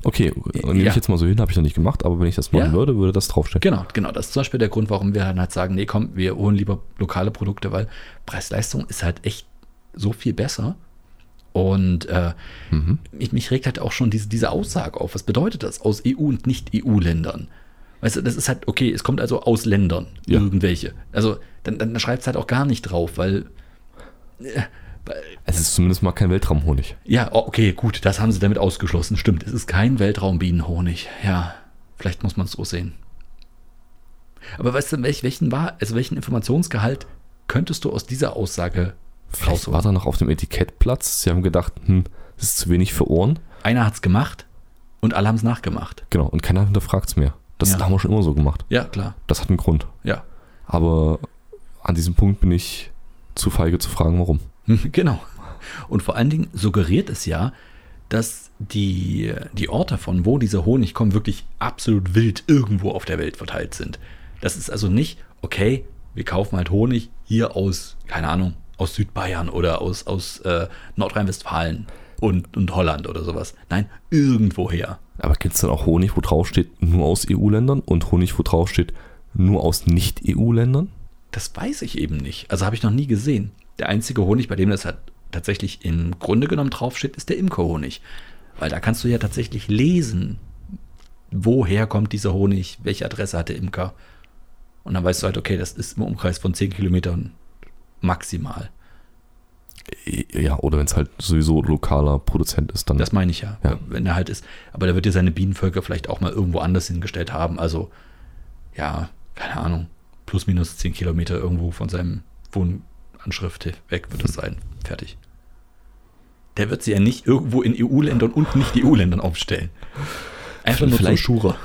Speaker 2: Okay, nehme
Speaker 1: Ja.
Speaker 2: ich jetzt mal so hin, habe ich noch nicht gemacht, aber wenn ich das machen
Speaker 1: Ja.
Speaker 2: würde, würde das draufstehen.
Speaker 1: Genau, genau. Das ist zum Beispiel der Grund, warum wir dann halt sagen, nee, komm, wir holen lieber lokale Produkte, weil Preis-Leistung ist halt echt so viel besser. Und äh, mich, mich regt halt auch schon diese, diese Aussage auf. Was bedeutet das aus EU- und Nicht-EU-Ländern? Weißt du, das ist halt, okay, es kommt also aus Ländern,
Speaker 2: Ja.
Speaker 1: irgendwelche. Also dann, dann schreibt es halt auch gar nicht drauf, weil
Speaker 2: Es ist zumindest mal kein Weltraumhonig.
Speaker 1: Ja, o- okay, gut, das haben sie damit ausgeschlossen. Stimmt, es ist kein Weltraumbienenhonig. Ja, vielleicht muss man es so sehen. Aber weißt du, welch, welchen, war, also welchen Informationsgehalt könntest du aus dieser Aussage
Speaker 2: Vielleicht
Speaker 1: rausholen?
Speaker 2: war da noch auf dem Etikett Platz. Sie haben gedacht, hm, das ist zu wenig für Ohren.
Speaker 1: Einer hat's gemacht und alle haben's nachgemacht.
Speaker 2: Genau, und keiner hinterfragt es mehr. Das
Speaker 1: Ja.
Speaker 2: haben wir schon immer so gemacht.
Speaker 1: Ja, klar.
Speaker 2: Das hat einen Grund.
Speaker 1: Ja,
Speaker 2: Aber an diesem Punkt bin ich zu feige zu fragen, warum.
Speaker 1: <laughs> genau. Und vor allen Dingen suggeriert es ja, dass die, die Orte, von wo dieser Honig kommt, wirklich absolut wild irgendwo auf der Welt verteilt sind. Das ist also nicht, okay, wir kaufen halt Honig hier aus, keine Ahnung, aus Südbayern oder aus, aus äh, Nordrhein-Westfalen und, und Holland oder sowas. Nein, irgendwoher.
Speaker 2: Aber gibt es dann auch Honig, wo drauf steht, nur aus EU-Ländern und Honig, wo drauf steht, nur aus Nicht-EU-Ländern?
Speaker 1: Das weiß ich eben nicht. Also habe ich noch nie gesehen. Der einzige Honig, bei dem das halt tatsächlich im Grunde genommen draufsteht, ist der Imkerhonig. Weil da kannst du ja tatsächlich lesen, woher kommt dieser Honig, welche Adresse hat der Imker. Und dann weißt du halt, okay, das ist im Umkreis von 10 Kilometern maximal.
Speaker 2: Ja, oder wenn es halt sowieso lokaler Produzent ist, dann.
Speaker 1: Das meine ich ja,
Speaker 2: Ja.
Speaker 1: wenn er halt ist. Aber der wird ja seine Bienenvölker vielleicht auch mal irgendwo anders hingestellt haben. Also, ja, keine Ahnung, plus minus 10 Kilometer irgendwo von seinem Wohnanschrift weg wird es sein. Fertig. Der wird sie ja nicht irgendwo in EU-Ländern und nicht EU-Ländern aufstellen. Einfach nur zur
Speaker 2: Vielleicht-
Speaker 1: Schure.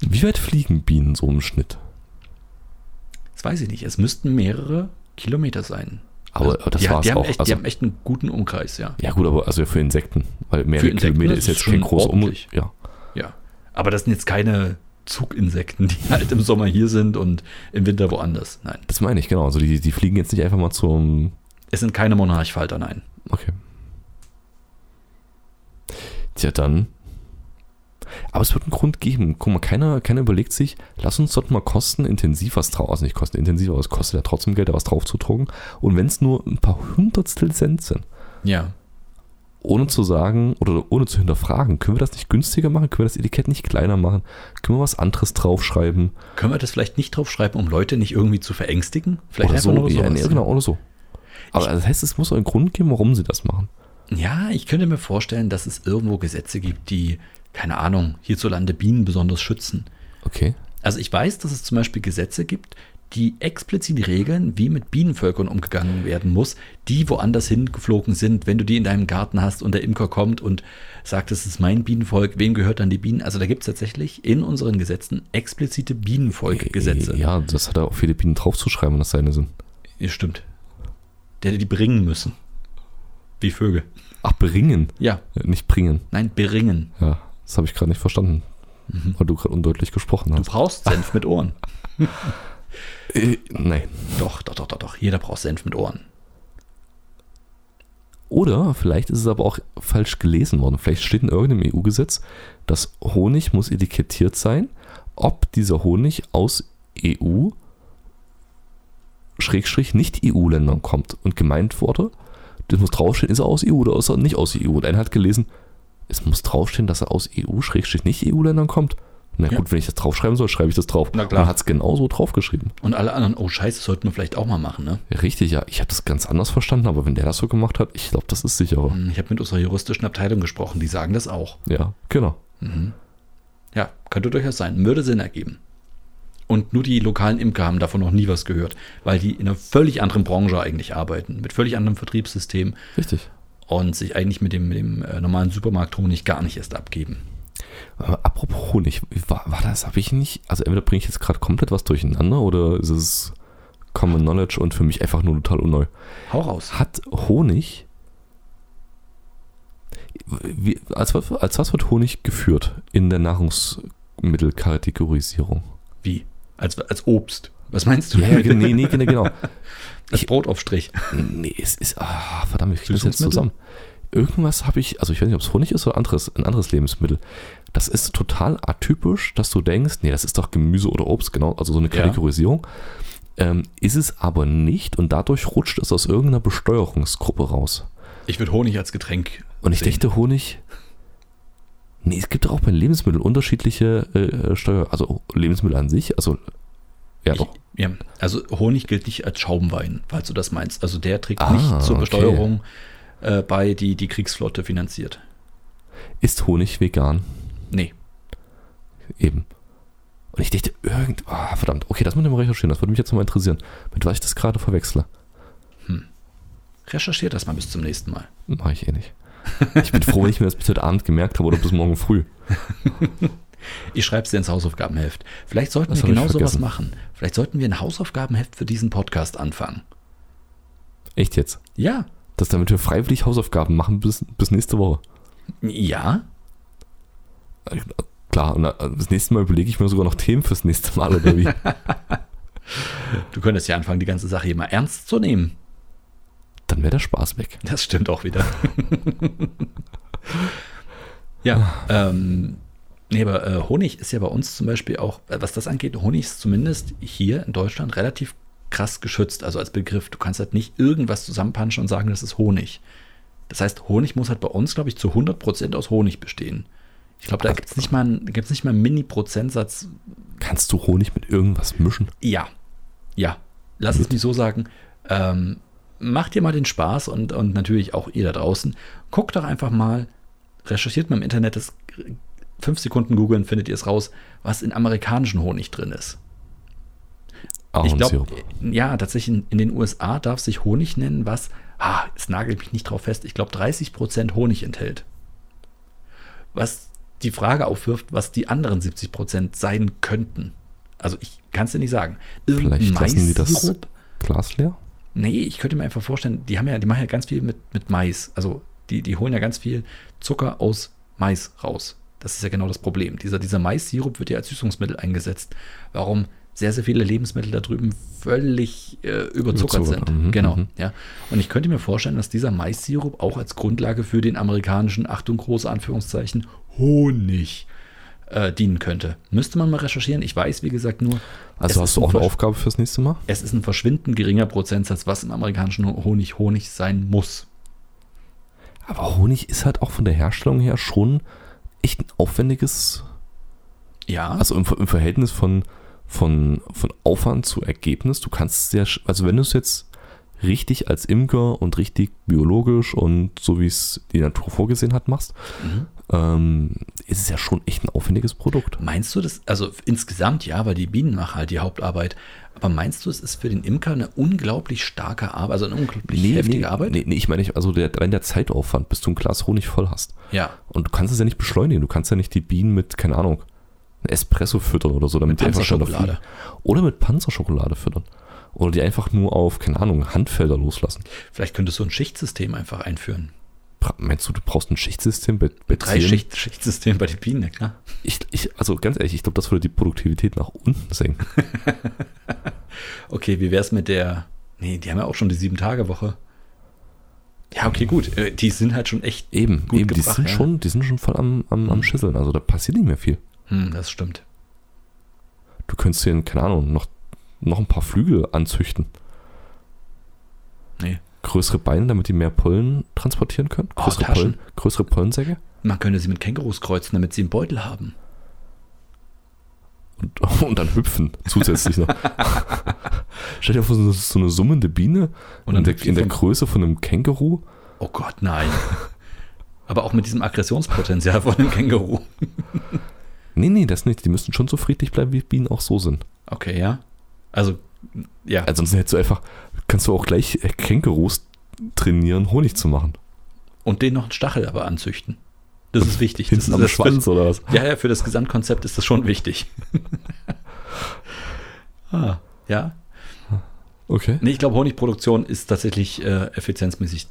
Speaker 2: Wie weit fliegen Bienen so im Schnitt?
Speaker 1: Das weiß ich nicht. Es müssten mehrere Kilometer sein.
Speaker 2: Aber
Speaker 1: Also,
Speaker 2: das
Speaker 1: die,
Speaker 2: war's
Speaker 1: die haben
Speaker 2: auch.
Speaker 1: Echt,
Speaker 2: also,
Speaker 1: Die haben echt einen guten Umkreis, ja.
Speaker 2: ja, gut, aber also für Insekten. Weil mehrere
Speaker 1: Insekten
Speaker 2: Kilometer
Speaker 1: ist
Speaker 2: ist
Speaker 1: es
Speaker 2: jetzt
Speaker 1: schon
Speaker 2: kein großer Umriss.
Speaker 1: ordentlich.
Speaker 2: Ja.
Speaker 1: Ja. Aber das sind jetzt keine Zuginsekten, die <laughs> halt im Sommer hier sind und im Winter woanders. Nein.
Speaker 2: Das meine ich, genau. Also die, die fliegen jetzt nicht einfach mal zum.
Speaker 1: Es sind keine Monarchfalter, nein.
Speaker 2: Okay. Tja, dann. Aber es wird einen Grund geben. Guck mal, keiner, keiner überlegt sich, lass uns dort mal kostenintensiv was drauf, also nicht kostenintensiv, aber es kostet ja trotzdem Geld, da was draufzudrucken. Und wenn es nur ein paar Hundertstel Cent sind,
Speaker 1: Ja.
Speaker 2: ohne zu sagen oder ohne zu hinterfragen, können wir das nicht günstiger machen? Können wir das Etikett nicht kleiner machen? Können wir was anderes draufschreiben?
Speaker 1: Können wir das vielleicht nicht draufschreiben, um Leute nicht irgendwie zu verängstigen? Vielleicht
Speaker 2: oder so? ja, nee,
Speaker 1: sowas.
Speaker 2: genau, oder so. Aber das heißt, es muss einen Grund geben, warum sie das machen.
Speaker 1: Ja, ich könnte mir vorstellen, dass es irgendwo Gesetze gibt, die, keine Ahnung, hierzulande Bienen besonders schützen.
Speaker 2: Okay.
Speaker 1: Also ich weiß, dass es zum Beispiel Gesetze gibt, die explizit regeln, wie mit Bienenvölkern umgegangen werden muss, die woanders hingeflogen sind, wenn du die in deinem Garten hast und der Imker kommt und sagt, es ist mein Bienenvolk, wem gehört dann die Bienen? Also da gibt es tatsächlich in unseren Gesetzen explizite Bienenvolkgesetze.
Speaker 2: Ja, das hat er auch viele Bienen draufzuschreiben, wenn das seine sind.
Speaker 1: Ja, Stimmt. Der hätte die bringen müssen. Wie Vögel.
Speaker 2: Ach, beringen,
Speaker 1: Ja,
Speaker 2: nicht bringen.
Speaker 1: nein, beringen.
Speaker 2: Ja, das habe ich gerade nicht verstanden,
Speaker 1: Mhm.
Speaker 2: weil du gerade undeutlich gesprochen
Speaker 1: Du
Speaker 2: hast.
Speaker 1: brauchst Senf mit Ohren.
Speaker 2: Äh, nein.
Speaker 1: Doch, doch, doch, doch, doch. Jeder braucht Senf mit Ohren.
Speaker 2: Oder vielleicht ist es aber auch falsch gelesen worden. Vielleicht steht in irgendeinem EU-Gesetz, dass Honig muss etikettiert sein, ob dieser Honig aus EU Schrägstrich nicht EU-Ländern kommt und gemeint wurde, das muss draufstehen, ist er aus EU oder ist er nicht aus EU. Und einer hat gelesen, es muss draufstehen, dass er aus EU Schrägstrich nicht EU-Ländern kommt. Na
Speaker 1: Ja.
Speaker 2: gut, wenn ich das draufschreiben soll, schreibe ich das drauf.
Speaker 1: Na klar.
Speaker 2: Und hat es genauso draufgeschrieben.
Speaker 1: Und alle anderen, oh Scheiße, sollten wir vielleicht auch mal machen, ne?
Speaker 2: Richtig, ja. Ich habe das ganz anders verstanden, aber wenn der das so gemacht hat, ich glaube, das ist sicherer.
Speaker 1: Hm, Ich habe mit unserer juristischen Abteilung gesprochen, die sagen das auch.
Speaker 2: Ja, genau.
Speaker 1: Ja, könnte durchaus sein. Würde Sinn ergeben. Und nur die lokalen Imker haben davon noch nie was gehört, weil die in einer völlig anderen Branche eigentlich arbeiten, mit völlig anderem Vertriebssystem
Speaker 2: Richtig.
Speaker 1: und sich eigentlich mit dem, mit dem äh, normalen Supermarkthonig gar nicht erst abgeben.
Speaker 2: Äh, apropos Honig, war, war das, habe ich nicht, also entweder bringe ich jetzt gerade komplett was durcheinander oder ist es Common Knowledge und für mich einfach nur total unneu.
Speaker 1: Hau raus.
Speaker 2: Hat Honig, wie, als, was- als was wird Honig geführt in der Nahrungsmittelkategorisierung?
Speaker 1: Wie? Als, als Obst. Was meinst du?
Speaker 2: nee, nee, nee, genau.
Speaker 1: Als Brotaufstrich.
Speaker 2: Nee, es ist, ah, verdammt, ich kriege das jetzt
Speaker 1: Süßungsmittel?
Speaker 2: zusammen. Irgendwas habe ich, also ich weiß nicht, ob es Honig ist oder anderes, ein anderes Lebensmittel. Das ist total atypisch, dass du denkst, nee, das ist doch Gemüse oder Obst, genau, also so eine
Speaker 1: Ja.
Speaker 2: Kategorisierung. Ähm, ist es aber nicht und dadurch rutscht es aus irgendeiner Besteuerungsgruppe raus.
Speaker 1: Ich würde Honig als Getränk.
Speaker 2: Und ich
Speaker 1: sehen.
Speaker 2: dachte, Honig. Nee, es gibt doch auch bei Lebensmitteln unterschiedliche äh, äh, Steuer, also Lebensmittel an sich, also ja
Speaker 1: Ich,
Speaker 2: doch.
Speaker 1: ja, also Honig gilt nicht als Schaumwein, falls du das meinst. Also der trägt
Speaker 2: Ah,
Speaker 1: nicht zur
Speaker 2: okay.
Speaker 1: Besteuerung äh, bei, die die Kriegsflotte finanziert.
Speaker 2: Ist Honig vegan?
Speaker 1: Nee.
Speaker 2: Eben. Und ich dachte, irgend. ah, verdammt. Okay, das mit dem Recherchieren, das würde mich jetzt nochmal interessieren. Mit was ich das gerade verwechsle.
Speaker 1: Recherchiert das mal bis zum nächsten Mal.
Speaker 2: Mache ich eh nicht. Ich bin froh, wenn ich mir das bis heute Abend gemerkt habe oder bis morgen früh.
Speaker 1: Ich schreibe es dir ins Hausaufgabenheft. Vielleicht sollten
Speaker 2: Das
Speaker 1: wir
Speaker 2: hab ich
Speaker 1: genau sowas
Speaker 2: vergessen.
Speaker 1: machen. Vielleicht sollten wir ein Hausaufgabenheft für diesen Podcast anfangen.
Speaker 2: Echt jetzt.
Speaker 1: Ja.
Speaker 2: Dass damit wir freiwillig Hausaufgaben machen bis, bis nächste Woche.
Speaker 1: Ja.
Speaker 2: Äh, Klar, und äh, das nächste Mal überlege ich mir sogar noch Themen fürs nächste Mal oder
Speaker 1: <laughs>
Speaker 2: wie.
Speaker 1: Du könntest ja anfangen, die ganze Sache hier mal ernst zu nehmen.
Speaker 2: Dann wäre der Spaß weg.
Speaker 1: Das stimmt auch wieder. <laughs> ja, ähm, nee, aber äh, Honig ist ja bei uns zum Beispiel auch, äh, was das angeht, Honig ist zumindest hier in Deutschland relativ krass geschützt, also als Begriff. Du kannst halt nicht irgendwas zusammenpanschen und sagen, das ist Honig. Das heißt, Honig muss halt bei uns, glaube ich, zu 100% aus Honig bestehen. Ich glaube, da gibt es nicht mal einen, gibt's nicht mal einen Mini-Prozentsatz.
Speaker 2: Kannst du Honig mit irgendwas mischen?
Speaker 1: Ja, ja. Lass es mich so sagen. Ähm, macht dir mal den Spaß und, und natürlich auch ihr da draußen. Guckt doch einfach mal, recherchiert mal im Internet, das äh, fünf Sekunden googeln, findet ihr es raus, was in amerikanischen Honig drin ist. Ich glaube,
Speaker 2: Ahornsirup.
Speaker 1: ja, tatsächlich in, in den USA darf sich Honig nennen, was, ah, es nagelt mich nicht drauf fest, ich glaube 30% Honig enthält. Was die Frage aufwirft, was die anderen 70% sein könnten. Also ich kann es dir nicht sagen. Irgendein
Speaker 2: Vielleicht lassen die das-
Speaker 1: Maissirup?
Speaker 2: Glas leer?
Speaker 1: Nee, ich könnte mir einfach vorstellen, die haben ja, die machen ja ganz viel mit, mit Mais. Also die, die holen ja ganz viel Zucker aus Mais raus. Das ist ja genau das Problem. Dieser, dieser Mais-Sirup wird ja als Süßungsmittel eingesetzt. Warum sehr, sehr viele Lebensmittel da drüben völlig äh, überzuckert
Speaker 2: Überzuckert,
Speaker 1: sind.
Speaker 2: mhm,
Speaker 1: Genau,
Speaker 2: mhm.
Speaker 1: ja. Und ich könnte mir vorstellen, dass dieser Mais-Sirup auch als Grundlage für den amerikanischen, Achtung, große Anführungszeichen, Honig äh, dienen könnte. Müsste man mal recherchieren. Ich weiß, wie gesagt, nur,
Speaker 2: Also
Speaker 1: Es
Speaker 2: hast
Speaker 1: ist
Speaker 2: du auch
Speaker 1: ein
Speaker 2: eine
Speaker 1: Versch-
Speaker 2: Aufgabe fürs nächste Mal?
Speaker 1: es ist ein verschwindend geringer Prozentsatz, was im amerikanischen Honig Honig sein muss.
Speaker 2: Aber Honig ist halt auch von der Herstellung her schon echt ein aufwendiges,
Speaker 1: Ja,
Speaker 2: also im, im Verhältnis von, von, von Aufwand zu Ergebnis. Du kannst sehr, sch- also wenn du es jetzt richtig als Imker und richtig biologisch und so wie es die Natur vorgesehen hat machst,
Speaker 1: Mhm.
Speaker 2: ähm, ist es ja schon echt ein aufwendiges Produkt.
Speaker 1: Meinst du das, also insgesamt ja, weil die Bienen machen halt die Hauptarbeit, aber meinst du, es ist für den Imker eine unglaublich starke Arbeit, also eine unglaublich heftige
Speaker 2: nee,
Speaker 1: Arbeit?
Speaker 2: Nee, nee, ich meine, nicht, also der, wenn der Zeitaufwand, bis du ein Glas Honig voll hast.
Speaker 1: Ja,
Speaker 2: Und du kannst es ja nicht beschleunigen. Du kannst ja nicht die Bienen mit, keine Ahnung, einem Espresso füttern oder so, damit
Speaker 1: Mit
Speaker 2: die einfach schneller
Speaker 1: Panzerschokolade.
Speaker 2: fliegen. Oder mit Panzerschokolade füttern. Oder die einfach nur auf, keine Ahnung, Handfelder loslassen.
Speaker 1: vielleicht könntest du ein Schichtsystem einfach einführen.
Speaker 2: Bra- Meinst du, du brauchst ein Schichtsystem bei, bei
Speaker 1: Drei
Speaker 2: zehn?
Speaker 1: Schicht, Schichtsystem bei den Bienen, na klar.
Speaker 2: Ich, ich, also ganz ehrlich, ich glaube, das würde die Produktivität nach unten senken.
Speaker 1: Okay, wie wär's mit der, nee, die haben ja auch schon die Sieben-Tage-Woche. Ja, okay, gut, äh, die sind halt schon echt,
Speaker 2: Eben,
Speaker 1: Gut
Speaker 2: eben die,
Speaker 1: gebracht,
Speaker 2: sind
Speaker 1: ja. Mhm.
Speaker 2: schon, die sind schon voll am, am, am Schüsseln. Also da passiert nicht mehr viel.
Speaker 1: hm, das stimmt.
Speaker 2: Du könntest dir, keine Ahnung, noch, noch ein paar Flügel anzüchten.
Speaker 1: Nee.
Speaker 2: Größere Beine, damit die mehr Pollen transportieren können.
Speaker 1: Oh,
Speaker 2: Größere,
Speaker 1: Taschen.
Speaker 2: Pollen, größere Pollensäcke.
Speaker 1: Man könnte sie mit Kängurus kreuzen, damit sie einen Beutel haben.
Speaker 2: Und, und dann hüpfen zusätzlich noch. <laughs> Stell dir vor, so eine, so eine summende Biene
Speaker 1: Und
Speaker 2: und
Speaker 1: dann
Speaker 2: in, der,
Speaker 1: hüpft die
Speaker 2: in der
Speaker 1: vom-
Speaker 2: Größe von einem Känguru.
Speaker 1: Oh Gott, nein. aber auch mit diesem Aggressionspotenzial von einem Känguru.
Speaker 2: Nee, nee, das nicht. Die müssten schon so friedlich bleiben, wie Bienen auch so sind.
Speaker 1: Okay, ja. Also, ja.
Speaker 2: Ansonsten hättest du einfach, kannst du auch gleich äh, Kängurus trainieren, Honig zu machen.
Speaker 1: Und den noch einen Stachel aber anzüchten. Das ist wichtig. Das
Speaker 2: Hinten
Speaker 1: ist
Speaker 2: am
Speaker 1: das
Speaker 2: Schwanz oder was?
Speaker 1: Für, ja, ja, für das Gesamtkonzept ist das schon wichtig. <laughs> ah, ja.
Speaker 2: Okay.
Speaker 1: Nee, ich glaube, Honigproduktion ist tatsächlich äh, effizienzmäßig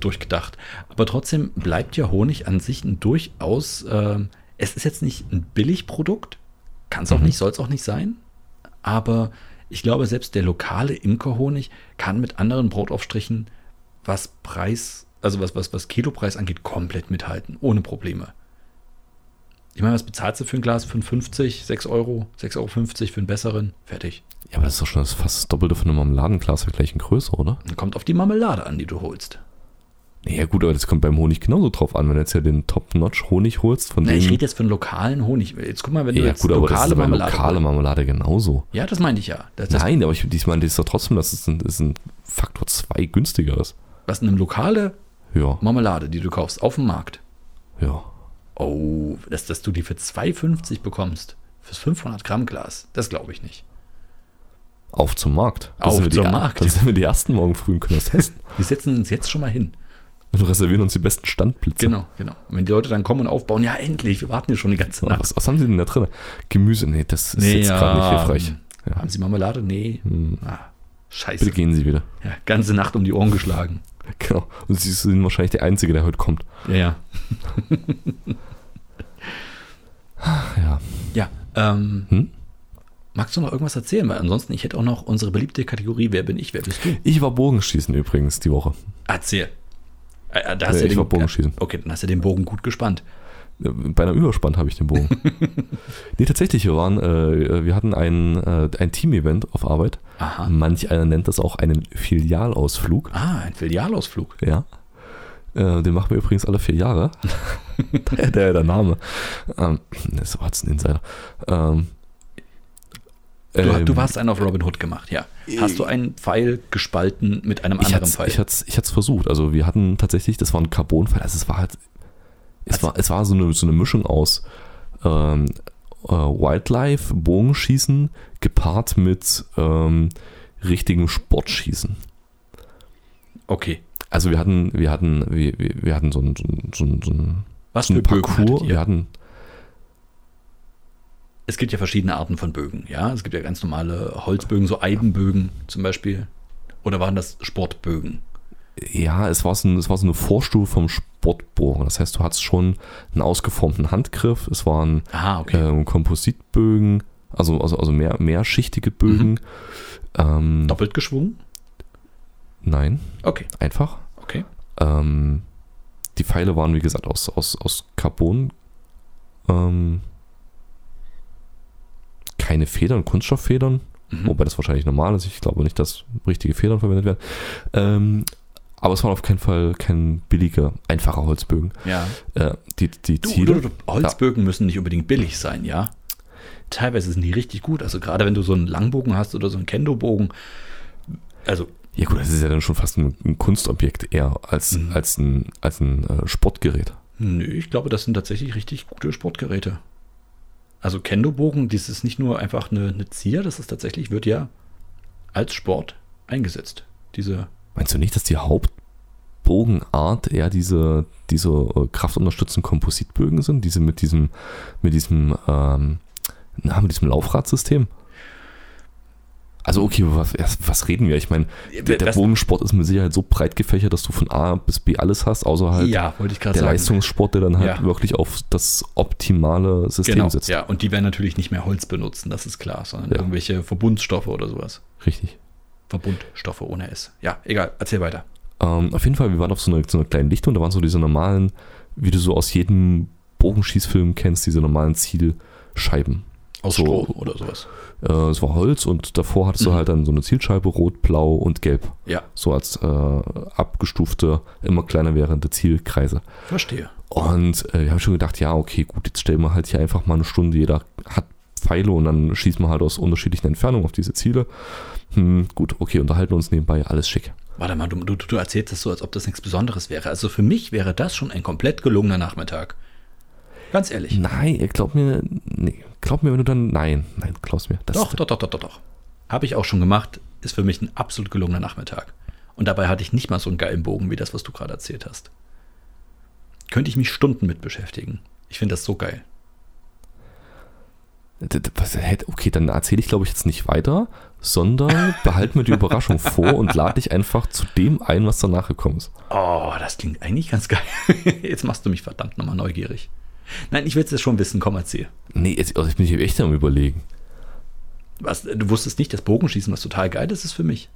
Speaker 1: durchgedacht. Aber trotzdem bleibt ja Honig an sich ein durchaus, ähm, es ist jetzt nicht ein Billigprodukt, kann es auch
Speaker 2: Mhm.
Speaker 1: nicht, soll es auch nicht sein, aber ich glaube, selbst der lokale Imkerhonig kann mit anderen Brotaufstrichen, was Preis, also was, was, was Kilopreis angeht, komplett mithalten, ohne Probleme. Ich meine, was bezahlst du für ein Glas? 5,50, 6 Euro, 6,50 Euro für einen besseren, fertig.
Speaker 2: Ja, aber das ist doch schon das fast das Doppelte von einem Marmeladenglas der gleichen Größe, oder?
Speaker 1: Kommt auf die Marmelade an, die du holst.
Speaker 2: Ja gut, aber das kommt beim Honig genauso drauf an. Wenn du jetzt ja den Top-Notch Honig holst, von
Speaker 1: Na,
Speaker 2: dem...
Speaker 1: Ne, ich rede jetzt von lokalen Honig. Jetzt guck mal, wenn du
Speaker 2: Hm. ja
Speaker 1: jetzt
Speaker 2: gut, aber das ist ja bei lokale
Speaker 1: holst.
Speaker 2: Marmelade genauso.
Speaker 1: Ja, das meinte ich ja. Das, das,
Speaker 2: Nein, aber ich, ich meine, das ist doch trotzdem, dass es ein, ist ein Faktor 2 günstiger ist.
Speaker 1: was eine lokale
Speaker 2: Ja,
Speaker 1: Marmelade, die du kaufst, auf dem Markt.
Speaker 2: ja.
Speaker 1: Oh, dass, dass du die für 2,50 bekommst. Fürs 500 Gramm Glas. Das glaube ich nicht.
Speaker 2: Auf zum Markt. Da
Speaker 1: Auf
Speaker 2: sind wir
Speaker 1: zum
Speaker 2: die,
Speaker 1: Markt.
Speaker 2: Dann sind wir die ersten morgen früh und können das
Speaker 1: <laughs>
Speaker 2: testen.
Speaker 1: Wir setzen uns jetzt schon mal hin.
Speaker 2: Wir reservieren uns die besten Standplätze.
Speaker 1: Genau, genau. Und wenn die Leute dann kommen und aufbauen, ja, endlich, wir warten hier schon die ganze
Speaker 2: Oder
Speaker 1: Nacht.
Speaker 2: Ah, Was, was haben sie denn da drin? Gemüse? Nee, Oh, das ist jetzt
Speaker 1: ja,
Speaker 2: gerade nicht hilfreich.
Speaker 1: hm.
Speaker 2: Ja. Hm.
Speaker 1: Haben Sie Marmelade? Nee. Ah, scheiße.
Speaker 2: Bitte gehen sie wieder. <laughs>
Speaker 1: Ja, ganze Nacht um die Ohren geschlagen.
Speaker 2: Genau. Und sie sind wahrscheinlich der Einzige, der heute kommt.
Speaker 1: Ja, ja.
Speaker 2: Ach ja.
Speaker 1: Ja, ähm,
Speaker 2: Hm?
Speaker 1: magst du noch irgendwas erzählen? Weil ansonsten, ich hätte auch noch unsere beliebte Kategorie, wer bin ich, wer bist du?
Speaker 2: Ich war Bogenschießen übrigens die Woche.
Speaker 1: Erzähl. Äh, äh, Da
Speaker 2: Nee,
Speaker 1: hast du
Speaker 2: ich
Speaker 1: den,
Speaker 2: war Bogenschießen.
Speaker 1: Okay, dann hast du den Bogen gut gespannt.
Speaker 2: Äh, Bei einer Überspann habe ich den
Speaker 1: <laughs>
Speaker 2: Bogen. nee, tatsächlich, wir waren, äh, wir hatten ein, äh, ein Team-Event auf Arbeit.
Speaker 1: Aha.
Speaker 2: Manch einer nennt das auch einen Filialausflug.
Speaker 1: Ah, ein Filialausflug.
Speaker 2: Ja. Äh, den machen wir übrigens alle
Speaker 1: <laughs>
Speaker 2: vier Jahre. der, der, der Name. Ähm, das war jetzt ein Insider. Ähm,
Speaker 1: Du,
Speaker 2: ähm, äh,
Speaker 1: du hast einen auf Robin Hood gemacht, ja. Hast du einen Pfeil gespalten mit einem
Speaker 2: ich
Speaker 1: anderen
Speaker 2: hat's,
Speaker 1: Pfeil?
Speaker 2: ich hat's, ich hat's versucht. Also wir hatten tatsächlich, das war ein Carbonpfeil. Also es war halt, es
Speaker 1: Also-
Speaker 2: war, es war so eine, so eine Mischung aus ähm, äh, Wildlife, Bogenschießen gepaart mit ähm, richtigem Sportschießen.
Speaker 1: okay.
Speaker 2: Also wir hatten, wir hatten, wir, wir, wir hatten so ein, so ein, so ein, so ein
Speaker 1: Was
Speaker 2: so
Speaker 1: für
Speaker 2: ein
Speaker 1: Bögen
Speaker 2: Parcours.
Speaker 1: hattet ihr?
Speaker 2: Wir hatten
Speaker 1: Es gibt ja verschiedene Arten von Bögen, ja. Es gibt ja ganz normale Holzbögen, so Eibenbögen zum Beispiel. Oder waren das Sportbögen?
Speaker 2: ja, es war, so, ein- es war so eine Vorstufe vom Sportbogen. Das heißt, du hattest schon einen ausgeformten Handgriff, es waren
Speaker 1: Aha, okay.
Speaker 2: ähm, Kompositbögen, also, also, also mehr, mehrschichtige Bögen.
Speaker 1: Mhm.
Speaker 2: Ähm,
Speaker 1: Doppelt geschwungen?
Speaker 2: nein,
Speaker 1: Okay,
Speaker 2: einfach.
Speaker 1: okay.
Speaker 2: Ähm, die Pfeile waren, wie gesagt, aus, aus, aus Carbon. Ähm, keine Federn, Kunststofffedern.
Speaker 1: Mhm.
Speaker 2: Wobei das wahrscheinlich normal ist. Ich glaube nicht, dass richtige Federn verwendet werden. Ähm, aber es waren auf keinen Fall kein billiger, einfacher Holzbögen.
Speaker 1: Ja.
Speaker 2: Äh, die die
Speaker 1: Du,
Speaker 2: Ziele.
Speaker 1: du, du, Holzbögen müssen nicht unbedingt billig sein, ja. Teilweise sind die richtig gut. Also gerade wenn du so einen Langbogen hast oder so einen Kendo-Bogen. Also,
Speaker 2: Ja gut, das ist ja dann schon fast ein, ein Kunstobjekt eher als,
Speaker 1: Mhm.
Speaker 2: als ein, als ein äh, Sportgerät.
Speaker 1: nö, ich glaube, das sind tatsächlich richtig gute Sportgeräte. Also Kendo-Bogen, das ist nicht nur einfach eine, eine Zier, das ist tatsächlich, wird ja als Sport eingesetzt. Diese,
Speaker 2: Meinst du nicht, dass die Hauptbogenart eher diese, diese äh, kraftunterstützenden Kompositbögen sind? Diese mit diesem, mit diesem, ähm, na, mit diesem Laufradsystem? Also okay, was, erst- was reden wir? Ich meine, der, der
Speaker 1: Was-
Speaker 2: Bogensport ist mit Sicherheit so breit gefächert, dass du von A bis B alles hast, außer halt
Speaker 1: ja, wollte ich gerade
Speaker 2: der
Speaker 1: sagen.
Speaker 2: Leistungssport, der dann halt
Speaker 1: Ja.
Speaker 2: wirklich auf das optimale System
Speaker 1: genau,
Speaker 2: sitzt.
Speaker 1: ja. Und die werden natürlich nicht mehr Holz benutzen, das ist klar, sondern
Speaker 2: Ja.
Speaker 1: irgendwelche Verbundstoffe oder sowas.
Speaker 2: Richtig.
Speaker 1: Verbundstoffe ohne S. Ja, egal, erzähl weiter.
Speaker 2: Ähm, auf jeden Fall, wir waren auf so einer, so einer kleinen Lichtung, da waren so diese normalen, wie du so aus jedem Bogenschießfilm kennst, diese normalen Zielscheiben.
Speaker 1: Aus
Speaker 2: So.
Speaker 1: Stroh oder sowas.
Speaker 2: Äh, es war Holz und davor hattest du
Speaker 1: Mhm.
Speaker 2: halt dann so eine Zielscheibe, rot, blau und gelb.
Speaker 1: Ja,
Speaker 2: So als äh, abgestufte, immer kleiner werdende Zielkreise.
Speaker 1: verstehe.
Speaker 2: Und äh, wir haben schon gedacht, ja, okay, gut, jetzt stellen wir halt hier einfach mal eine Stunde, jeder hat Pfeile und dann schießen wir halt aus unterschiedlichen Entfernungen auf diese Ziele. Hm, gut, okay, unterhalten uns nebenbei, alles schick.
Speaker 1: Warte mal, du, du, du erzählst das so, als ob das nichts Besonderes wäre. Also für mich wäre das schon ein komplett gelungener Nachmittag. Ganz ehrlich.
Speaker 2: Nein, ihr glaubt mir, nee, glaub mir, wenn du dann, nein, nein, glaubst mir. Das,
Speaker 1: Doch, doch, doch, doch, doch, doch. Habe ich auch schon gemacht. Ist für mich ein absolut gelungener Nachmittag. Und dabei hatte ich nicht mal so einen geilen Bogen wie das, was du gerade erzählt hast. Könnte ich mich Stunden mit beschäftigen. Ich finde das so geil.
Speaker 2: D- d- Was, hätte- okay, dann erzähle ich, glaube ich, jetzt nicht weiter, sondern <laughs> behalte mir die Überraschung vor und lade dich einfach zu dem ein, was danach gekommen ist.
Speaker 1: Oh, das klingt eigentlich ganz geil. <laughs> Jetzt machst du mich verdammt nochmal neugierig. Nein, ich will es jetzt schon wissen. Komm, erzähl.
Speaker 2: Nee, jetzt, also ich bin hier echt am Überlegen.
Speaker 1: Was, du wusstest nicht, dass Bogenschießen was total Geiles ist für mich?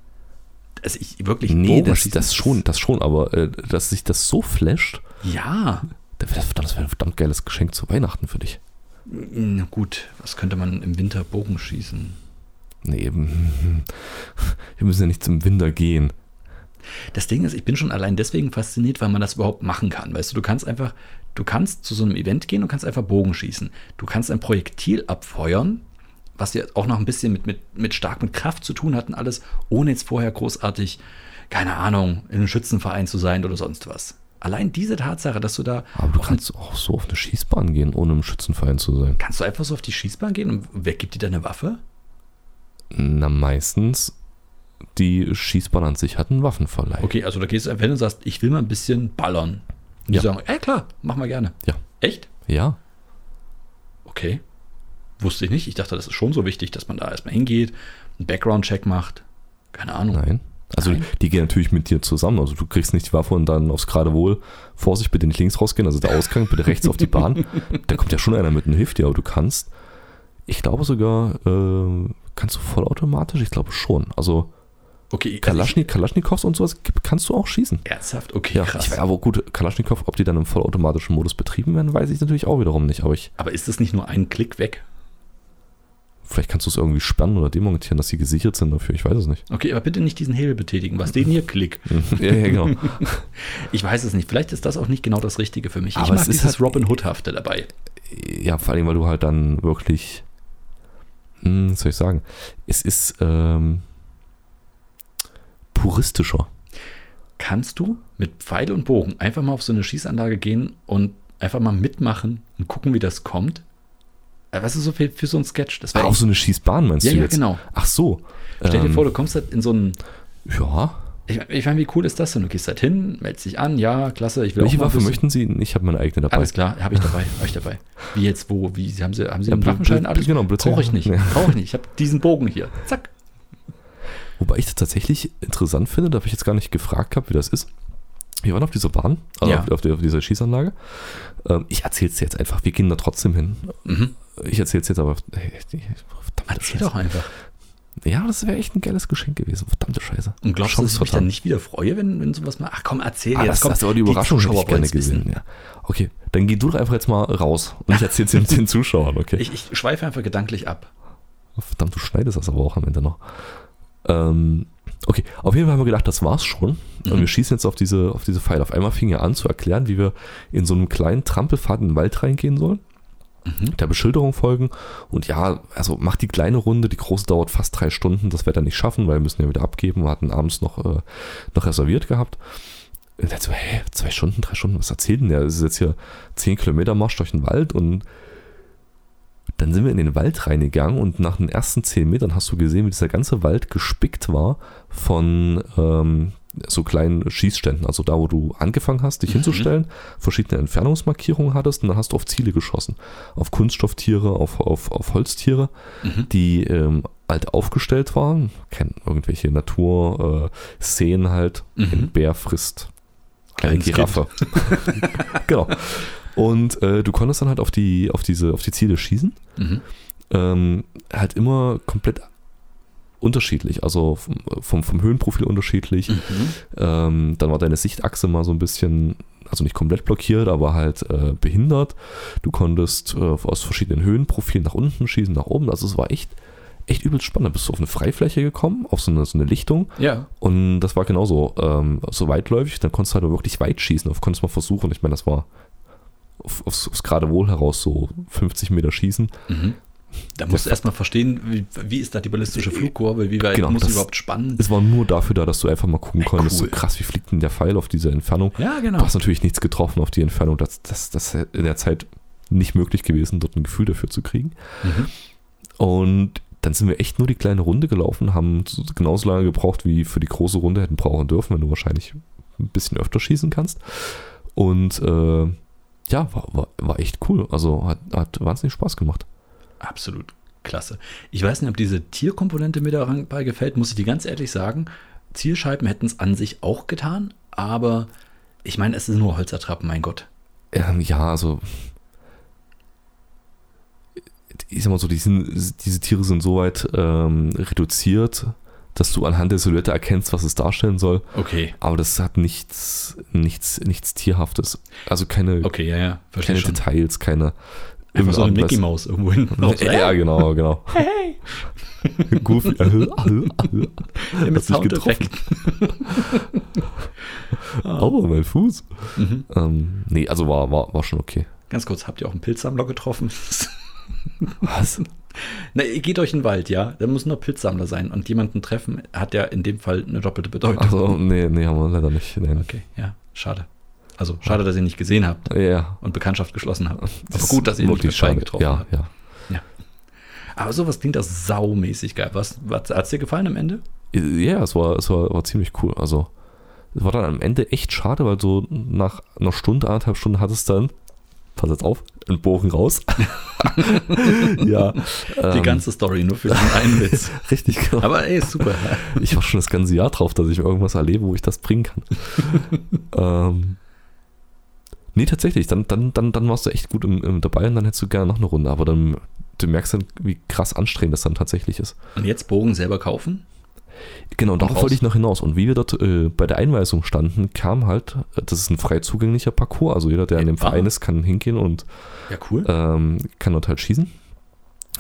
Speaker 1: Also ich wirklich
Speaker 2: Nee, das,
Speaker 1: Bogenschießen
Speaker 2: das
Speaker 1: ist-
Speaker 2: schon, das schon, aber äh, dass sich das so flasht,
Speaker 1: Ja.
Speaker 2: das wäre das wär ein verdammt geiles Geschenk zu Weihnachten für dich.
Speaker 1: Na gut, was könnte man im Winter Bogen schießen?
Speaker 2: Nee, eben, <laughs> wir müssen ja nicht zum Winter gehen.
Speaker 1: Das Ding ist, ich bin schon allein deswegen fasziniert, weil man das überhaupt machen kann. Weißt du, du kannst einfach, du kannst zu so einem Event gehen und kannst einfach Bogen schießen. Du kannst ein Projektil abfeuern, was ja auch noch ein bisschen mit, mit, mit stark mit Kraft zu tun hat und alles, ohne jetzt vorher großartig, keine Ahnung, in einem Schützenverein zu sein oder sonst was. Allein diese Tatsache, dass du da
Speaker 2: Aber du
Speaker 1: auf eine
Speaker 2: kannst auch so auf eine Schießbahn gehen, ohne im Schützenverein zu sein.
Speaker 1: Kannst du einfach so auf die Schießbahn gehen und wer gibt dir deine Waffe?
Speaker 2: Na, meistens die Schießbahn an sich hat einen Waffenverleih.
Speaker 1: Okay, also da gehst du einfach hin und sagst, ich will mal ein bisschen ballern. Und die
Speaker 2: Ja.
Speaker 1: sagen, ey klar, mach mal gerne.
Speaker 2: Ja.
Speaker 1: Echt?
Speaker 2: Ja.
Speaker 1: Okay. Wusste ich nicht. Ich dachte, das ist schon so wichtig, dass man da erstmal hingeht, einen Background-Check macht. Keine Ahnung.
Speaker 2: Nein. Also
Speaker 1: Nein.
Speaker 2: die gehen natürlich mit dir zusammen. Also du kriegst nicht die Waffe und dann aufs Geradewohl. Vorsicht, bitte nicht links rausgehen, also der Ausgang, bitte rechts auf
Speaker 1: <laughs>
Speaker 2: die Bahn. Da kommt ja schon einer mit und hilft dir, aber du kannst, ich glaube sogar, äh, kannst du vollautomatisch? Ich glaube schon. Also
Speaker 1: Okay, also ich,
Speaker 2: Kalaschni, Kalaschnikows und sowas gibt- kannst du auch schießen.
Speaker 1: ernsthaft? Okay,
Speaker 2: Ja,
Speaker 1: krass.
Speaker 2: ich, aber gut, Kalaschnikow, ob die dann im vollautomatischen Modus betrieben werden, weiß ich natürlich auch wiederum nicht. Aber ich,
Speaker 1: Aber ist das nicht nur ein Klick weg?
Speaker 2: vielleicht kannst du es irgendwie spannen oder demontieren, dass sie gesichert sind dafür. Ich weiß es nicht.
Speaker 1: Okay, aber bitte nicht diesen Hebel betätigen. Was den hier Klick?
Speaker 2: ja, ja, genau.
Speaker 1: Ich weiß es nicht. Vielleicht ist das auch nicht genau das Richtige für mich.
Speaker 2: Aber
Speaker 1: ich mag
Speaker 2: es ist
Speaker 1: dieses
Speaker 2: halt-
Speaker 1: Robin Hood-hafte dabei.
Speaker 2: ja, vor allem, weil du halt dann wirklich, hm, was soll ich sagen, es ist ähm, puristischer.
Speaker 1: kannst du mit Pfeil und Bogen einfach mal auf so eine Schießanlage gehen und einfach mal mitmachen und gucken, wie das kommt. Äh, Was ist so viel für so ein Sketch? Das
Speaker 2: Ah,
Speaker 1: war
Speaker 2: auf so eine Schießbahn meinst
Speaker 1: ja,
Speaker 2: du
Speaker 1: ja,
Speaker 2: jetzt?
Speaker 1: genau.
Speaker 2: Ach so.
Speaker 1: Stell dir
Speaker 2: ähm,
Speaker 1: vor, du kommst halt in so einen.
Speaker 2: Ja.
Speaker 1: Ich, ich meine, wie cool ist das denn? Du gehst halt hin, meldest dich an, ja, klasse, ich will
Speaker 2: Welche
Speaker 1: auch mal
Speaker 2: Waffe
Speaker 1: wissen.
Speaker 2: möchten Sie? Ich habe meine eigene dabei.
Speaker 1: Alles klar, habe ich dabei, habe ich dabei. Wie jetzt, wo, wie, haben sie, haben sie
Speaker 2: Ja,
Speaker 1: einen
Speaker 2: Bl-
Speaker 1: Waffenschein?
Speaker 2: Bl-
Speaker 1: Alles
Speaker 2: genau, Blitz-
Speaker 1: brauche ich nicht,
Speaker 2: Ja.
Speaker 1: brauche ich nicht. Ich habe diesen Bogen hier, zack.
Speaker 2: Wobei ich das tatsächlich interessant finde, da habe ich jetzt gar nicht gefragt habe, wie das ist. Wir waren auf dieser Bahn, also
Speaker 1: Ja.
Speaker 2: auf, auf, der- auf dieser Schießanlage. Ähm, ich erzähle es jetzt einfach, wir gehen da trotzdem hin.
Speaker 1: Mhm.
Speaker 2: Ich erzähle es jetzt aber. Hey, verdammt,
Speaker 1: Erzähl doch einfach.
Speaker 2: Ja, das wäre echt ein geiles Geschenk gewesen. Verdammte Scheiße.
Speaker 1: Und glaubst du, dass ich mich dann
Speaker 2: Chancevertan.
Speaker 1: nicht wieder freue, wenn, wenn sowas mal. Ach komm, erzähl
Speaker 2: Ah,
Speaker 1: jetzt.
Speaker 2: das,
Speaker 1: komm,
Speaker 2: das ist aber die Überraschung, die hätte ich
Speaker 1: Zuschauer
Speaker 2: gerne
Speaker 1: wollen's wissen.
Speaker 2: gesehen. Ja. Okay, dann geh du doch einfach jetzt mal raus und ich erzähle es
Speaker 1: <laughs>
Speaker 2: den Zuschauern, okay?
Speaker 1: Ich, ich schweife einfach gedanklich ab.
Speaker 2: Oh, Verdammt, du schneidest das aber auch am Ende noch. Ähm, okay, auf jeden Fall haben wir gedacht, das war's schon. Und wir schießen jetzt auf diese, auf diese Pfeile. Auf einmal fing er an zu erklären, wie wir in so einem kleinen Trampelpfad in den Wald reingehen sollen. Der Beschilderung folgen und ja, also macht die kleine Runde, die große dauert fast drei Stunden, das wird er nicht schaffen, weil wir müssen ja wieder abgeben. Wir hatten abends noch, äh, noch reserviert gehabt. Und dann so, hä, zwei Stunden, drei Stunden, was erzählt denn der? Das ist jetzt hier zehn Kilometer Marsch durch den Wald und dann sind wir in den Wald reingegangen und nach den ersten 10 Metern hast du gesehen, wie dieser ganze Wald gespickt war von ähm, so kleinen Schießständen. Also da, wo du angefangen hast, dich hinzustellen, verschiedene Entfernungsmarkierungen hattest und dann hast du auf Ziele geschossen. Auf Kunststofftiere, auf, auf, auf Holztiere, die ähm, halt aufgestellt waren. Kennen irgendwelche Naturszenen äh, Szenen halt. Ein Bär frisst eine
Speaker 1: Kleines Mhm. Kind.
Speaker 2: Giraffe. <laughs> genau. Und äh, du konntest dann halt auf die, auf diese, auf die Ziele schießen
Speaker 1: Mhm.
Speaker 2: ähm, halt immer komplett unterschiedlich, also vom, vom, vom Höhenprofil unterschiedlich.
Speaker 1: Mhm.
Speaker 2: Ähm, dann war deine Sichtachse mal so ein bisschen, also nicht komplett blockiert, aber halt äh, behindert. Du konntest äh, aus verschiedenen Höhenprofilen nach unten schießen, nach oben. Also es war echt, echt übelst spannend. Da bist du auf eine Freifläche gekommen, auf so eine, so eine Lichtung
Speaker 1: Ja.
Speaker 2: und das war genauso ähm, so weitläufig. Dann konntest du halt auch wirklich weit schießen. Auf konntest mal versuchen. Ich meine, das war auf, aufs, aufs gerade Wohl heraus so 50 Meter schießen.
Speaker 1: Mhm. Da musst du erstmal verstehen, wie, wie ist da die ballistische Flugkurve, wie weit
Speaker 2: Genau,
Speaker 1: muss
Speaker 2: das-
Speaker 1: sie überhaupt spannen?
Speaker 2: Es war nur dafür da, dass du einfach mal gucken
Speaker 1: Ey,
Speaker 2: konntest,
Speaker 1: cool.
Speaker 2: so krass, wie fliegt denn der Pfeil auf diese Entfernung.
Speaker 1: Ja, genau.
Speaker 2: Du hast natürlich nichts getroffen auf die Entfernung, das, das, das ist in der Zeit nicht möglich gewesen, dort ein Gefühl dafür zu kriegen.
Speaker 1: Mhm.
Speaker 2: Und dann sind wir echt nur die kleine Runde gelaufen, haben so- genauso lange gebraucht, wie für die große Runde hätten brauchen dürfen, wenn du wahrscheinlich ein bisschen öfter schießen kannst. Und äh, ja, war, war, war echt cool. Also hat, hat wahnsinnig Spaß gemacht.
Speaker 1: Absolut klasse. Ich weiß nicht, ob diese Tierkomponente mir da ran- bei gefällt, muss ich dir ganz ehrlich sagen. Zielscheiben hätten es an sich auch getan, aber ich meine, es ist nur Holzertrappen, mein Gott.
Speaker 2: Ähm, ja, also. Ich sag mal so, die sind, diese Tiere sind so weit ähm, reduziert, dass du anhand der Silhouette erkennst, was es darstellen soll.
Speaker 1: Okay.
Speaker 2: Aber das hat nichts, nichts, nichts Tierhaftes. Also keine,
Speaker 1: Okay, ja, ja. Verstehe
Speaker 2: keine
Speaker 1: schon.
Speaker 2: Details, keine.
Speaker 1: Einfach so eine
Speaker 2: irgendwas-
Speaker 1: Mickey Maus irgendwo hinten. auf-
Speaker 2: <laughs> Ja,
Speaker 1: <laughs>
Speaker 2: genau, genau. <laughs> Goofy. Äh, äh, äh.
Speaker 1: Ja, mit
Speaker 2: hat's nicht
Speaker 1: Soundeffekten.
Speaker 2: Aua, mein Fuß.
Speaker 1: Ah. Mhm.
Speaker 2: Ähm, nee, also war, war, war schon okay.
Speaker 1: Ganz kurz, habt ihr auch einen Pilzsammler getroffen? <laughs>
Speaker 2: Was?
Speaker 1: Na, ihr geht euch in den Wald, ja? Da muss nur Pilzsammler sein. Und jemanden treffen hat ja in dem Fall eine doppelte Bedeutung.
Speaker 2: Also, nee, nee, haben wir leider nicht. Nee.
Speaker 1: Okay, ja, schade. Also schade, dass ihr nicht gesehen habt
Speaker 2: Ja.
Speaker 1: und Bekanntschaft geschlossen habt. Aber
Speaker 2: Das
Speaker 1: gut, dass ihr nicht
Speaker 2: wirklich
Speaker 1: mit Schein
Speaker 2: schade.
Speaker 1: getroffen
Speaker 2: ja,
Speaker 1: habt.
Speaker 2: Ja,
Speaker 1: Aber sowas klingt das saumäßig geil. Was, was hat's dir gefallen am Ende?
Speaker 2: Ja, es war, es war, war ziemlich cool. Also, es war dann am Ende echt schade, weil so nach einer Stunde, anderthalb Stunden hat es dann, pass jetzt auf, einen
Speaker 1: <laughs>
Speaker 2: Bogen raus. <laughs> ja.
Speaker 1: Die
Speaker 2: ähm,
Speaker 1: ganze Story, nur für diesen einen
Speaker 2: <laughs>
Speaker 1: Witz.
Speaker 2: Richtig, genau.
Speaker 1: Aber ey, super.
Speaker 2: Ich war schon das ganze Jahr drauf, dass ich irgendwas erlebe, wo ich das bringen kann. ähm, nee, tatsächlich, dann, dann, dann, dann warst du echt gut im, im dabei und dann hättest du gerne noch eine Runde, aber dann du merkst dann, wie krass anstrengend das dann tatsächlich ist.
Speaker 1: Und jetzt Bogen selber kaufen?
Speaker 2: Genau, darauf
Speaker 1: raus.
Speaker 2: wollte ich noch hinaus. Und wie wir dort äh, bei der Einweisung standen, kam halt, äh, das ist ein frei zugänglicher Parcours. Also jeder, der in dem
Speaker 1: Ah.
Speaker 2: Verein ist, kann hingehen und
Speaker 1: Ja, cool.
Speaker 2: ähm, kann dort halt schießen.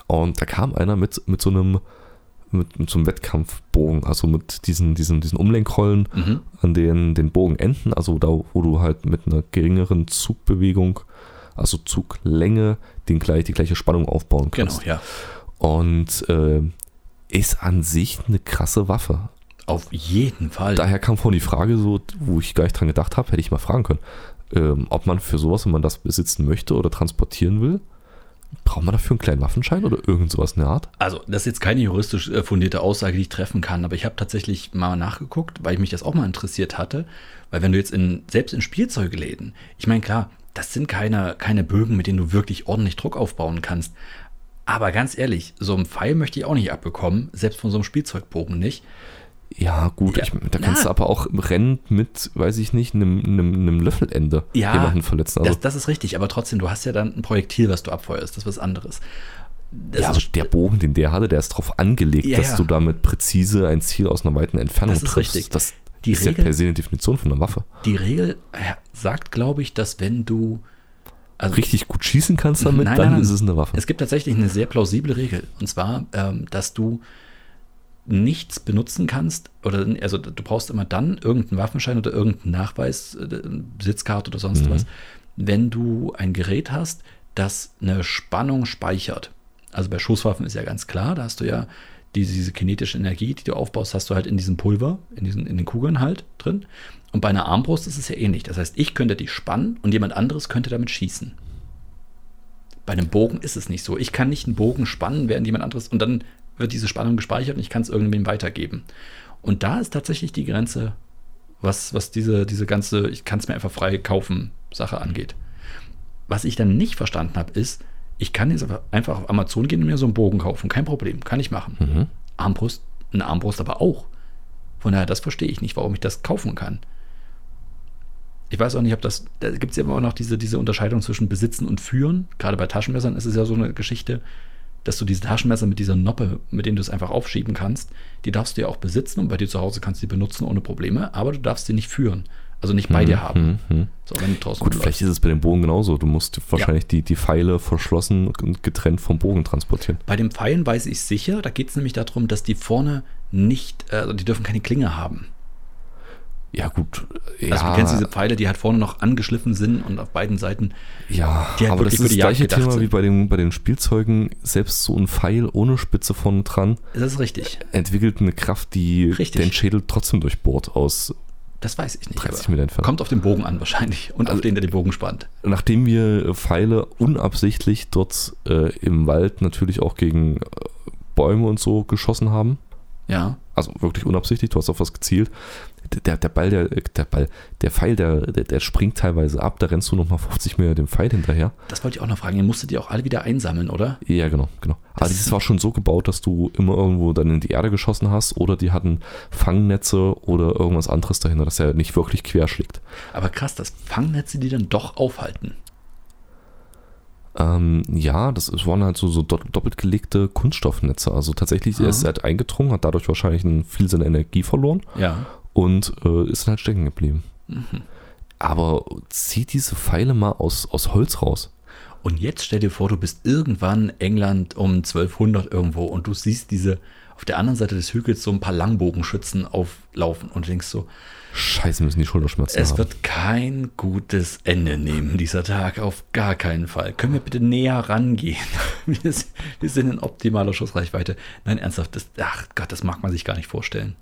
Speaker 2: Und da kam einer mit, mit so einem mit, mit so einem Wettkampfbogen, also mit diesen, diesen, diesen Umlenkrollen,
Speaker 1: Mhm.
Speaker 2: an den, den Bogenenden, also da, wo du halt mit einer geringeren Zugbewegung, also Zuglänge, den gleich, die gleiche Spannung aufbauen
Speaker 1: Genau,
Speaker 2: kannst.
Speaker 1: ja.
Speaker 2: Und äh, ist an sich eine krasse Waffe.
Speaker 1: Auf jeden Fall.
Speaker 2: Daher kam vorhin die Frage, so, wo ich gar nicht dran gedacht habe, hätte ich mal fragen können, ähm, ob man für sowas, wenn man das besitzen möchte oder transportieren will, braucht man dafür einen kleinen Waffenschein oder irgend sowas in der Art?
Speaker 1: Also, das ist jetzt keine juristisch äh, fundierte Aussage, die ich treffen kann, aber ich habe tatsächlich mal nachgeguckt, weil mich das auch mal interessiert hatte. Weil wenn du jetzt in, selbst in Spielzeugläden, ich meine, klar, das sind keine, keine Bögen, mit denen du wirklich ordentlich Druck aufbauen kannst. Aber ganz ehrlich, so einen Pfeil möchte ich auch nicht abbekommen, selbst von so einem Spielzeugbogen nicht.
Speaker 2: Ja, gut,
Speaker 1: Ja.
Speaker 2: ich, da kannst
Speaker 1: Na.
Speaker 2: du aber auch im Rennen mit, weiß ich nicht, einem, einem, einem Löffelende
Speaker 1: Ja,
Speaker 2: jemanden verletzen. Also,
Speaker 1: das, das ist richtig, aber trotzdem, du hast ja dann ein Projektil, was du abfeuerst, das ist was anderes. Das
Speaker 2: ja,
Speaker 1: ist,
Speaker 2: aber der Bogen, den der hatte, der ist darauf angelegt,
Speaker 1: Ja,
Speaker 2: dass
Speaker 1: ja.
Speaker 2: du damit präzise ein Ziel aus einer weiten Entfernung
Speaker 1: Das ist
Speaker 2: triffst.
Speaker 1: richtig.
Speaker 2: Das
Speaker 1: Die
Speaker 2: ist ja
Speaker 1: Regel-
Speaker 2: per se eine Definition von einer Waffe.
Speaker 1: die Regel äh, sagt, glaube ich, dass wenn du. Also,
Speaker 2: Richtig gut schießen kannst damit,
Speaker 1: Nein,
Speaker 2: dann
Speaker 1: nein, nein.
Speaker 2: ist es eine Waffe.
Speaker 1: Es gibt tatsächlich eine sehr plausible Regel. Und zwar, ähm, dass du nichts benutzen kannst, oder also du brauchst immer dann irgendeinen Waffenschein oder irgendeinen Nachweis, äh, Besitzkarte oder sonst was, wenn du ein Gerät hast, das eine Spannung speichert. Also bei Schusswaffen ist ja ganz klar, da hast du ja diese, diese kinetische Energie, die du aufbaust, hast du halt in diesem Pulver, in, diesen, in den Kugeln halt drin. Und bei einer Armbrust ist es ja ähnlich. Das heißt, ich könnte die spannen und jemand anderes könnte damit schießen. Bei einem Bogen ist es nicht so. Ich kann nicht einen Bogen spannen, während jemand anderes und dann wird diese Spannung gespeichert und ich kann es irgendwem weitergeben. Und da ist tatsächlich die Grenze, was, was diese, diese ganze, ich kann es mir einfach frei kaufen, Sache angeht. Was ich dann nicht verstanden habe, ist, ich kann jetzt aber einfach auf Amazon gehen und mir so einen Bogen kaufen. Kein Problem, kann ich machen.
Speaker 2: Mhm.
Speaker 1: Armbrust, eine Armbrust aber auch. Von daher, das verstehe ich nicht, warum ich das kaufen kann. Ich weiß auch nicht, ob das, da gibt es ja immer auch noch diese, diese Unterscheidung zwischen Besitzen und Führen. Gerade bei Taschenmessern ist es ja so eine Geschichte, dass du diese Taschenmesser mit dieser Noppe, mit denen du es einfach aufschieben kannst, die darfst du ja auch besitzen und bei dir zu Hause kannst du die benutzen ohne Probleme, aber du darfst sie nicht führen. Also nicht bei dir haben.
Speaker 2: Mhm. Mhm.
Speaker 1: So, wenn du draußen
Speaker 2: Gut,
Speaker 1: rumläufst.
Speaker 2: vielleicht ist es bei dem Bogen genauso. Du musst wahrscheinlich die, die Pfeile verschlossen und getrennt vom Bogen transportieren.
Speaker 1: Bei den Pfeilen weiß ich sicher, da geht es nämlich darum, dass die vorne nicht, äh, also die dürfen keine Klinge haben.
Speaker 2: Ja, gut.
Speaker 1: Also
Speaker 2: ja,
Speaker 1: du kennst diese Pfeile, die halt vorne noch angeschliffen sind und auf beiden Seiten.
Speaker 2: ja
Speaker 1: die halt
Speaker 2: aber
Speaker 1: wirklich
Speaker 2: das
Speaker 1: für
Speaker 2: ist das
Speaker 1: die Jagd
Speaker 2: gleiche
Speaker 1: gedacht
Speaker 2: Thema wie
Speaker 1: sind.
Speaker 2: bei, dem, bei den Spielzeugen. Selbst so ein Pfeil ohne Spitze vorne dran
Speaker 1: Das ist richtig.
Speaker 2: entwickelt eine Kraft, die
Speaker 1: Richtig.
Speaker 2: den Schädel trotzdem durchbohrt aus
Speaker 1: Das weiß ich nicht.
Speaker 2: 30
Speaker 1: aber
Speaker 2: Meter Also entfernt.
Speaker 1: Kommt auf den Bogen an wahrscheinlich und auf den, der den Bogen spannt.
Speaker 2: Nachdem wir äh, Pfeile unabsichtlich dort äh, im Wald natürlich auch gegen äh, Bäume und so geschossen haben,
Speaker 1: Ja.
Speaker 2: also wirklich unabsichtlich, du hast auf was gezielt. Der, der Ball, der, äh, der Ball, der Pfeil, der, der, der springt teilweise ab, da rennst du nochmal 50 Meter dem Pfeil hinterher.
Speaker 1: Das wollte ich auch noch fragen. Ihr musstet die auch alle wieder einsammeln, oder?
Speaker 2: Ja, genau, genau. Aber
Speaker 1: Das-
Speaker 2: dieses war schon so gebaut, dass du immer irgendwo dann in die Erde geschossen hast oder die hatten Fangnetze oder irgendwas anderes dahinter, dass er nicht wirklich querschlägt.
Speaker 1: Aber krass, dass Fangnetze die dann doch aufhalten.
Speaker 2: Ähm, ja, das es waren halt so, so do- doppelt gelegte Kunststoffnetze. Also tatsächlich, er ist
Speaker 1: Aha.
Speaker 2: halt eingedrungen, hat dadurch wahrscheinlich einen- viel seiner Energie verloren.
Speaker 1: Ja.
Speaker 2: und äh, ist dann halt stecken geblieben.
Speaker 1: Mhm.
Speaker 2: Aber zieh diese Pfeile mal aus, aus Holz raus.
Speaker 1: Und jetzt stell dir vor, du bist irgendwann in England um 1200 irgendwo und du siehst diese auf der anderen Seite des Hügels so ein paar Langbogenschützen auflaufen und denkst so,
Speaker 2: Scheiße, müssen die Schulterschmerzen
Speaker 1: Es
Speaker 2: haben.
Speaker 1: wird kein gutes Ende nehmen, dieser Tag. Auf gar keinen Fall. Können wir bitte näher rangehen? <laughs> Wir, s- wir sind in optimaler Schussreichweite. Nein, ernsthaft, das, ach Gott, das mag man sich gar nicht vorstellen.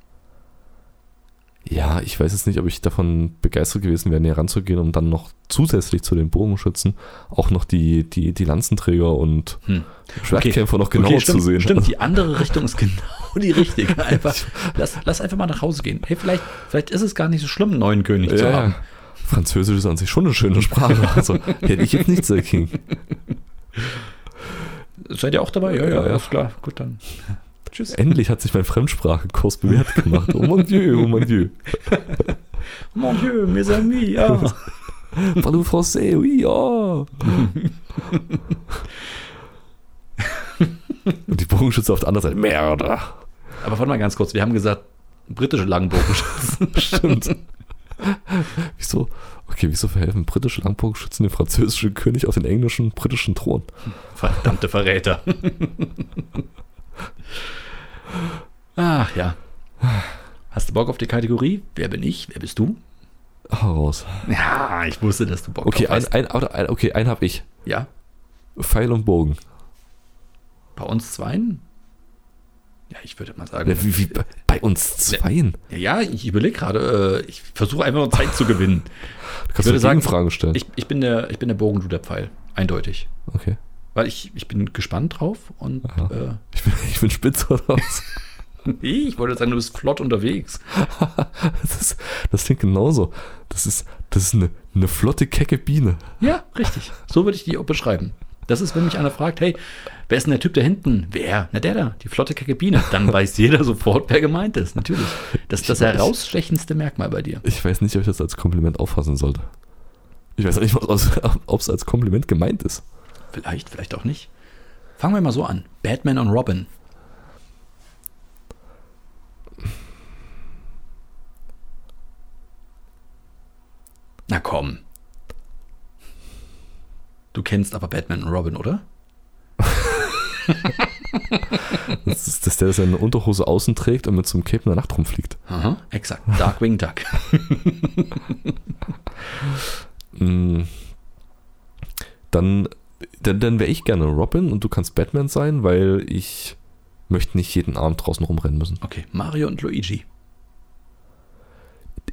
Speaker 2: ja, ich weiß jetzt nicht, ob ich davon begeistert gewesen wäre, näher ranzugehen, um dann noch zusätzlich zu den Bogenschützen auch noch die, die, die Lanzenträger und
Speaker 1: Hm.
Speaker 2: Schwertkämpfer noch genauer
Speaker 1: stimmt,
Speaker 2: zu sehen.
Speaker 1: Stimmt, die andere Richtung ist <laughs> genau die
Speaker 2: <laughs>
Speaker 1: richtige. Einfach, lass, lass einfach mal nach Hause gehen. Hey, vielleicht, vielleicht ist es gar nicht so schlimm, einen neuen König zu
Speaker 2: ja,
Speaker 1: haben.
Speaker 2: ja. Französisch ist an sich schon eine schöne Sprache. Also hätte ich jetzt nichts dagegen.
Speaker 1: Seid ihr auch dabei?
Speaker 2: Ja, ja.
Speaker 1: alles klar. Gut, dann. Tschüss.
Speaker 2: Endlich hat sich mein Fremdsprachenkurs bewährt gemacht. Oh mon Dieu, oh mon Dieu.
Speaker 1: Mon Dieu, mes amis,
Speaker 2: <laughs>
Speaker 1: ja.
Speaker 2: Parlez français, oui, ja. Und die Bogenschütze auf der anderen Seite, Mörder.
Speaker 1: Aber warte mal ganz kurz. Wir haben gesagt, britische Langbogenschützen.
Speaker 2: Stimmt. wieso? Okay, wieso verhelfen britische Langbogenschützen dem französischen König auf den englischen, britischen Thron?
Speaker 1: Verdammte Verräter. Ach ja. Hast du Bock auf die Kategorie? Wer bin ich? Wer bist du?
Speaker 2: Hau raus.
Speaker 1: Ja, ich wusste, dass du Bock
Speaker 2: Okay,
Speaker 1: drauf
Speaker 2: ein,
Speaker 1: hast.
Speaker 2: ein, oder ein, okay, einen hab ich.
Speaker 1: also, Ja,
Speaker 2: Pfeil und Bogen.
Speaker 1: bei uns zweien? Ja, ich würde mal sagen.
Speaker 2: Wie, wie, bei- bei uns zweien.
Speaker 1: Ja, ich überlege gerade. Äh, ich versuche einfach nur Zeit zu <laughs> gewinnen.
Speaker 2: Du
Speaker 1: ich
Speaker 2: kannst
Speaker 1: würde
Speaker 2: mir
Speaker 1: sagen,
Speaker 2: Fragen stellen.
Speaker 1: Ich, ich, bin der, ich bin der Bogen, du der Pfeil. Eindeutig.
Speaker 2: okay.
Speaker 1: Weil ich, ich bin gespannt drauf und äh,
Speaker 2: Aha. Ich bin, ich bin spitz oder was?
Speaker 1: nee, ich wollte sagen, du bist flott unterwegs.
Speaker 2: Das, ist, das klingt genauso. Das ist, das ist eine, eine flotte, kecke Biene.
Speaker 1: <laughs> Ja, richtig. So würde ich die auch beschreiben. Das ist, wenn mich einer fragt, hey, wer ist denn der Typ da hinten? Wer? Na der da, die flotte Kakebine.
Speaker 2: <laughs>
Speaker 1: Dann weiß jeder sofort, wer gemeint ist. Natürlich. Das ist das
Speaker 2: Ich weiß-
Speaker 1: herausstechendste Merkmal bei dir.
Speaker 2: Ich weiß nicht, ob ich das als Kompliment auffassen sollte. Ich weiß auch nicht, ob es als Kompliment gemeint ist.
Speaker 1: Vielleicht, vielleicht auch nicht. Fangen wir mal so an. Batman und Robin. Na komm. Du kennst aber Batman und Robin, oder?
Speaker 2: Das ist, dass der seine Unterhose außen trägt und mit so einem Cape in der Nacht rumfliegt.
Speaker 1: Aha, exakt. Darkwing Duck.
Speaker 2: Mm. Dann, dann, dann wäre ich gerne Robin und du kannst Batman sein, weil ich möchte nicht jeden Abend draußen rumrennen müssen.
Speaker 1: Okay, Mario und Luigi.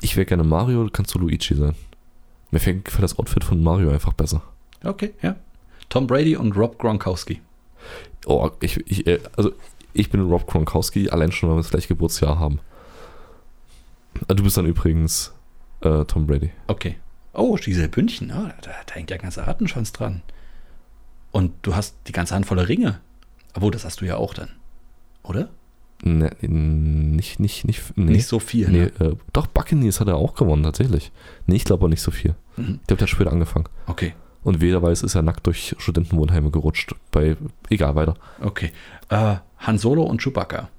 Speaker 2: Ich wäre gerne Mario, du kannst du Luigi sein. Mir fällt gefällt das Outfit von Mario einfach besser.
Speaker 1: Okay, ja. Tom Brady und Rob Gronkowski.
Speaker 2: Oh, ich, ich, äh, also ich bin Rob Gronkowski, allein schon, weil wir das gleiche Geburtsjahr haben. Äh, Du bist dann übrigens äh, Tom Brady.
Speaker 1: Okay. Oh, diese Bündchen, ah, da, da hängt ja ein ganzer Rattenschwanz dran. Und du hast die ganze Hand voller Ringe. Obwohl, das hast du ja auch dann. Oder?
Speaker 2: Ne, nicht, nicht, nicht, nee.
Speaker 1: Nicht so viel.
Speaker 2: Nee,
Speaker 1: Ne?
Speaker 2: äh, doch, Buccaneers hat er auch gewonnen, tatsächlich. Nee, ich glaube auch nicht so viel.
Speaker 1: Mhm.
Speaker 2: Ich glaube, der hat später angefangen.
Speaker 1: Okay,
Speaker 2: Und wederweise ist er nackt durch Studentenwohnheime gerutscht. Bei, egal, weiter.
Speaker 1: okay. Äh, Han Solo und Chewbacca.